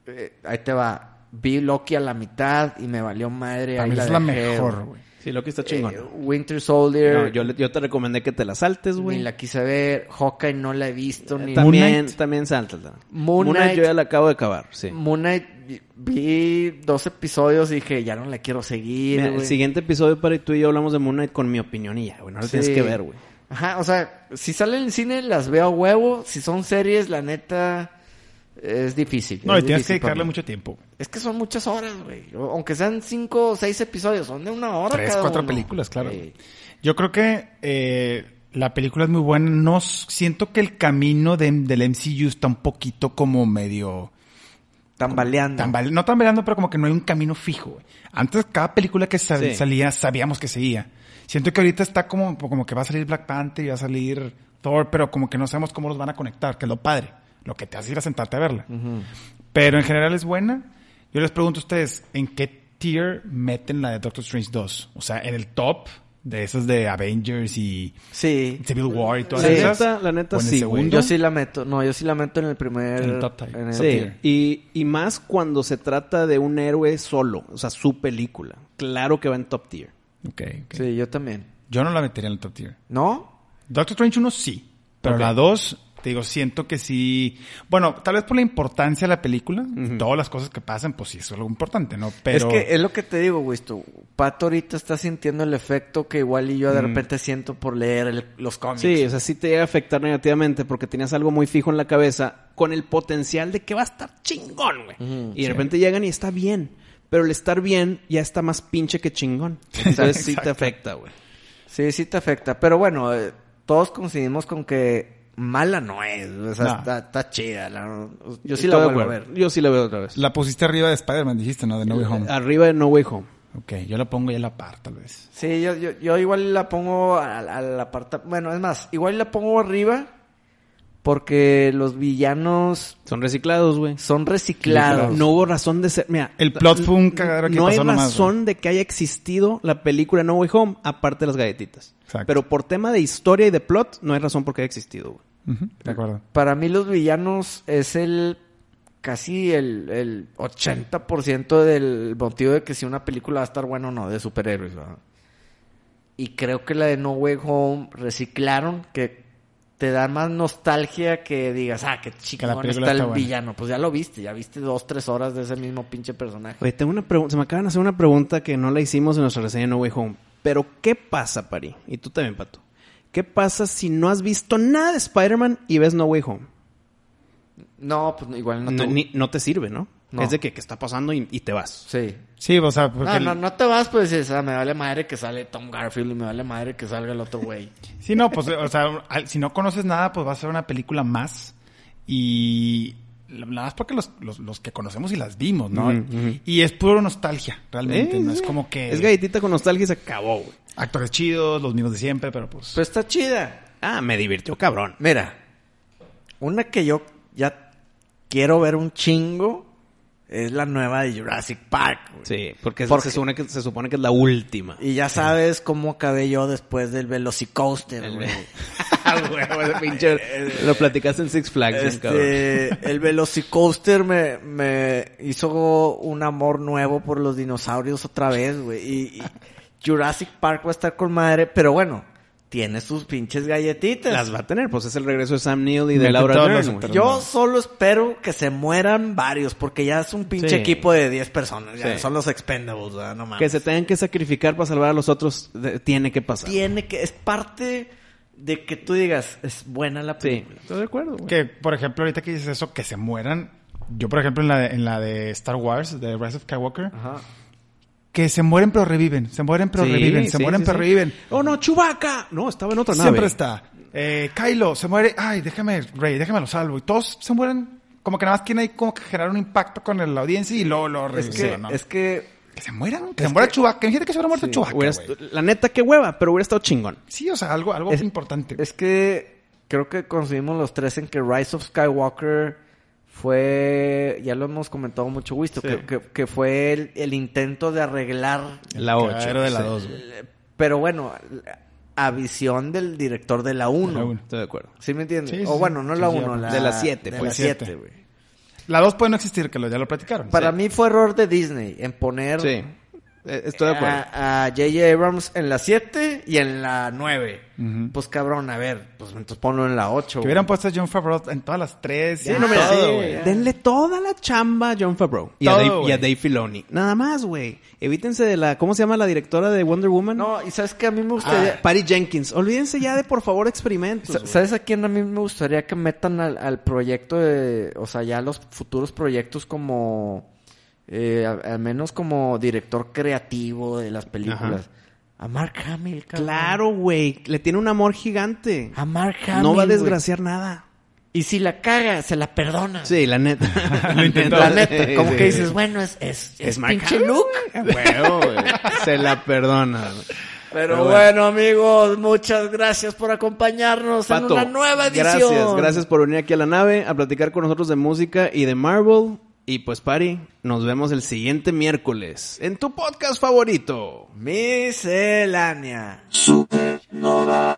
S3: eh, ahí te va. Vi Loki a la mitad y me valió madre.
S4: Para
S3: ahí
S4: mí es la
S3: dejé,
S4: mejor,
S3: güey.
S4: güey.
S1: Sí, Loki está
S3: Eh,
S1: chingón.
S3: Winter Soldier,
S1: No, yo, le- yo te recomendé que te la saltes,
S3: ni
S1: güey.
S3: la quise ver. Hawkeye no la he visto.
S1: Eh,
S3: Ni...
S4: Moon
S1: También,
S4: Knight.
S1: también sáltatela.
S3: Moon Knight.
S1: yo ya la acabo de acabar, sí.
S3: Moon Knight, vi- vi dos episodios y dije, ya no la quiero seguir,
S1: Mira, el
S3: güey.
S1: siguiente episodio, para tú y yo hablamos de Moon Knight con mi opinión y ya, güey. No lo tienes
S3: Sí.
S1: que ver, güey.
S3: Ajá, o sea, si salen en cine las veo a huevo. Si son series, la neta es difícil.
S4: No,
S3: es
S4: y tienes que
S3: difícil para
S4: dedicarle
S3: mí.
S4: mucho tiempo. güey.
S3: Es que son muchas horas, güey. O- Aunque sean cinco o seis episodios, son de una hora.
S4: Tres,
S3: cada
S4: cuatro
S3: uno.
S4: películas, claro.
S3: Sí.
S4: Yo creo que eh, la película es muy buena. No s- siento que el camino de- del MCU está un poquito como medio...
S3: Tambaleando.
S4: Tambale- no tambaleando, pero como que no hay un camino fijo. güey. Antes cada película que sal-
S1: Sí.
S4: salía sabíamos que seguía. Siento que ahorita está como, como que va a salir Black Panther y va a salir Thor, pero como que no sabemos cómo los van a conectar, que es lo padre. Lo que te hace ir a sentarte a verla. Pero en general es buena. Yo les pregunto a ustedes, ¿en qué tier meten la de Doctor Strange 2? O sea, en el top de esas de Avengers y
S3: sí.
S4: Civil War y todas
S1: La
S4: esas.
S1: neta- la neta
S4: ¿O en el
S1: sí, güey.
S4: segundo.
S3: Yo sí la meto. No, yo sí la meto en el primer.
S4: En el top tier.
S3: en el-
S1: Sí,
S4: tier.
S1: y, y más cuando se trata de un héroe solo, o sea, su película. Claro que va en top tier.
S4: Ok, ok.
S3: Sí, yo también.
S4: Yo no la metería en el top tier.
S3: ¿No?
S4: Doctor Strange 1 sí. Pero
S1: Ok.
S4: la 2, te digo, siento que sí. Bueno, tal vez por la importancia de la película, todas las cosas que pasan, pues sí, eso es algo importante, ¿no? Pero.
S3: Es que es lo que te digo, güey. tú, Pato ahorita está sintiendo el efecto que igual y yo de repente siento por leer el- los cómics.
S1: Mm. Sí, o sea, sí te llega a afectar negativamente porque tenías algo muy fijo en la cabeza con el potencial de que va a estar chingón, güey. y de repente llegan y está bien. Pero el estar bien ya está más pinche que chingón. Entonces sí te
S4: Exacto.
S1: afecta, güey.
S3: Sí, sí te afecta. Pero bueno, eh, todos coincidimos con que mala no es. O sea,
S4: No.
S3: está, está chida. la- yo sí
S1: Estoy
S3: la
S1: de
S3: vuelvo a ver.
S1: acuerdo. Yo sí la veo otra vez.
S4: La pusiste arriba de Spider-Man, dijiste, ¿no? De No Way Home.
S1: Arriba de No Way Home.
S4: Ok, yo la pongo ya a la par, tal vez.
S3: Sí, yo, yo, yo igual la pongo a, a la parte... Bueno, es más, igual la pongo arriba porque los villanos
S1: Son reciclados, güey.
S3: son reciclados.
S1: No hubo razón de ser. Mira,
S4: El plot fue un cagadero que
S1: No
S4: pasó
S1: hay
S4: nomás,
S1: razón de que haya existido la película No Way Home, aparte de las galletitas.
S4: Exacto.
S1: Pero por tema de historia y de plot, no hay razón por qué haya existido, güey.
S4: Ujú, de acuerdo.
S3: Para mí los villanos es el casi el, el 80% del motivo de que si una película va a estar buena o no, de superhéroes. ¿verdad? Y creo que la de No Way Home reciclaron, que te da más nostalgia que digas, ah, qué chingón
S4: película
S3: está el
S4: está buena.
S3: villano. Pues ya lo viste, ya viste dos, tres horas de ese mismo pinche personaje.
S1: Oye, tengo una pregunta. Se me acaban de hacer una pregunta que no la hicimos en nuestra reseña de No Way Home. Pero, ¿qué pasa, Pari? Y tú también, Pato. ¿Qué pasa si no has visto nada de Spider-Man y ves No Way Home?
S3: No, pues igual no,
S1: No,
S3: te...
S1: ni- no te sirve, ¿no?
S3: No.
S1: Es de que, que está pasando y, y te vas.
S3: Sí.
S4: Sí, o sea, porque.
S3: No,
S4: el-
S3: no, no te vas, pues dices, ah, me vale madre que sale Tom Garfield y me vale madre que salga el otro güey.
S4: Sí, no, pues, o sea, al- si no conoces nada, pues va a ser una película más. Y nada más porque los, los, los que conocemos y las vimos, ¿no?
S1: Ujú, ujú.
S4: Y es puro nostalgia, realmente.
S1: Eh,
S4: no es
S1: sí.
S4: como que
S1: Es galletita con nostalgia y se acabó, güey.
S4: actores chidos, los mismos de siempre, pero pues.
S3: Pues está chida.
S1: Ah, me divirtió cabrón.
S3: Mira, una que yo ya quiero ver un chingo es la nueva de Jurassic Park. güey.
S1: Sí, porque,
S3: Porque-
S1: Se, supone que, se supone que es la última.
S3: Y ya sabes cómo acabé yo después del Velocicoaster,
S1: El-
S3: güey.
S4: Ah,
S1: Huevo, ese pinche- lo platicaste en Six Flags, el cabrón.
S3: Este, el Velocicoaster me, me hizo un amor nuevo por los dinosaurios otra vez, güey. Y, y Jurassic Park va a estar con madre, pero bueno, tiene sus pinches galletitas.
S1: Las va a tener, pues es el regreso de Sam Neill y de
S4: Mete
S1: Laura
S4: todos
S1: Dern.
S4: los
S1: güey.
S4: otros.
S1: Yo-
S3: Yo solo espero que se mueran varios, porque ya es un pinche
S1: Sí.
S3: equipo de 10 personas. ya
S1: Sí.
S3: Son los expendables, ¿verdad? No mames.
S1: Que se tengan que sacrificar para salvar a los otros, de- tiene que pasar.
S3: Tiene que... Es parte de que tú digas, es buena la
S1: Sí,
S3: película.
S1: estoy de acuerdo. güey.
S4: Que, por ejemplo, ahorita que dices eso, que se mueran. Yo, por ejemplo, en la de, en la de Star Wars, de Rise of Skywalker,
S3: Ajá.
S4: que se mueren pero reviven, se mueren pero
S1: Sí,
S4: reviven, se
S1: sí,
S4: mueren
S1: sí,
S4: pero
S1: sí.
S4: reviven.
S1: Oh, no, Chubaca. No, estaba en otra nave.
S4: Siempre está. Eh, Kylo se muere. Ay, déjame, Rey, déjame lo salvo. Y todos se mueren. Como que nada más quieren ahí como que generar un impacto con el- la audiencia y luego lo
S3: Es
S4: reviven,
S3: que,
S4: ¿no?
S3: es que...
S4: Que se mueran. Que se muera Chewbacca. Imagínate que se hubiera muerto
S1: Sí,
S4: Chewbacca,
S1: hubiera-
S4: güey.
S1: la neta, qué hueva, pero hubiera estado chingón.
S4: Sí, o sea, algo, algo
S3: Es-
S4: importante.
S3: Es que creo que coincidimos los tres en que Rise of Skywalker fue... Ya lo hemos comentado mucho, Wisto, que, que- que fue el, el intento de arreglar...
S1: La
S4: ocho,
S1: 8.
S4: de la 2, güey.
S3: Pero bueno, a visión del director de la 1.
S4: La uno.
S1: Estoy de acuerdo.
S3: ¿Sí me entiendes?
S4: Sí, sí,
S3: o bueno, no
S4: sí.
S3: la
S4: Sí, sí,
S3: 1,
S4: ya,
S3: la...
S1: de la siete,
S3: de
S1: pues.
S3: la siete,
S4: Siete.
S3: güey.
S4: La 2 puede no existir, que lo, ya lo platicaron.
S3: Para mí fue error de Disney en poner
S1: Sí, eh, estoy de acuerdo.
S3: a a J.J. Abrams en la 7 y en la 9.
S4: Ujú.
S3: Pues cabrón, a ver, pues entonces ponlo en la 8.
S4: Que hubieran puesto a John Favreau en todas las tres.
S1: Sí,
S4: y
S1: no, mira,
S4: todo,
S1: sí,
S4: güey.
S1: denle toda la chamba a John Favreau y,
S4: Todo,
S1: a, Dave, y a
S4: güey.
S1: Dave Filoni. Nada más, güey. Evítense de la. ¿Cómo se llama la directora de Wonder Woman?
S3: No, y sabes que a mí me gustaría...
S1: Ah, Patty Jenkins. Olvídense ya de por favor experimentos.
S3: Sa-
S1: güey.
S3: ¿Sabes a quién a mí me gustaría que metan al, al proyecto de... O sea, ya los futuros proyectos como... eh, a- al menos como director creativo de las películas. A Mark Hamill, cabrón.
S1: Claro, güey. Le tiene un amor gigante.
S3: A Mark Hamill,
S1: no va a
S3: güey.
S1: desgraciar nada.
S3: Y si la caga, se la perdona.
S1: Sí, la neta.
S4: Lo intentó.
S3: La neta, como
S1: Sí.
S3: que dices, bueno, es, es,
S1: Es
S3: es
S1: Mark
S3: pinche
S1: Hamill,
S3: Luke.
S1: A huevo, güey. Se la perdona. güey.
S3: Pero bueno, amigos, muchas gracias por acompañarnos en
S1: Pato,
S3: una nueva edición.
S1: Gracias, gracias por venir aquí a la nave a platicar con nosotros de música y de Marvel. Y pues, Pari, nos vemos el siguiente miércoles en tu podcast favorito.
S3: Miscelánea.
S2: Supernova.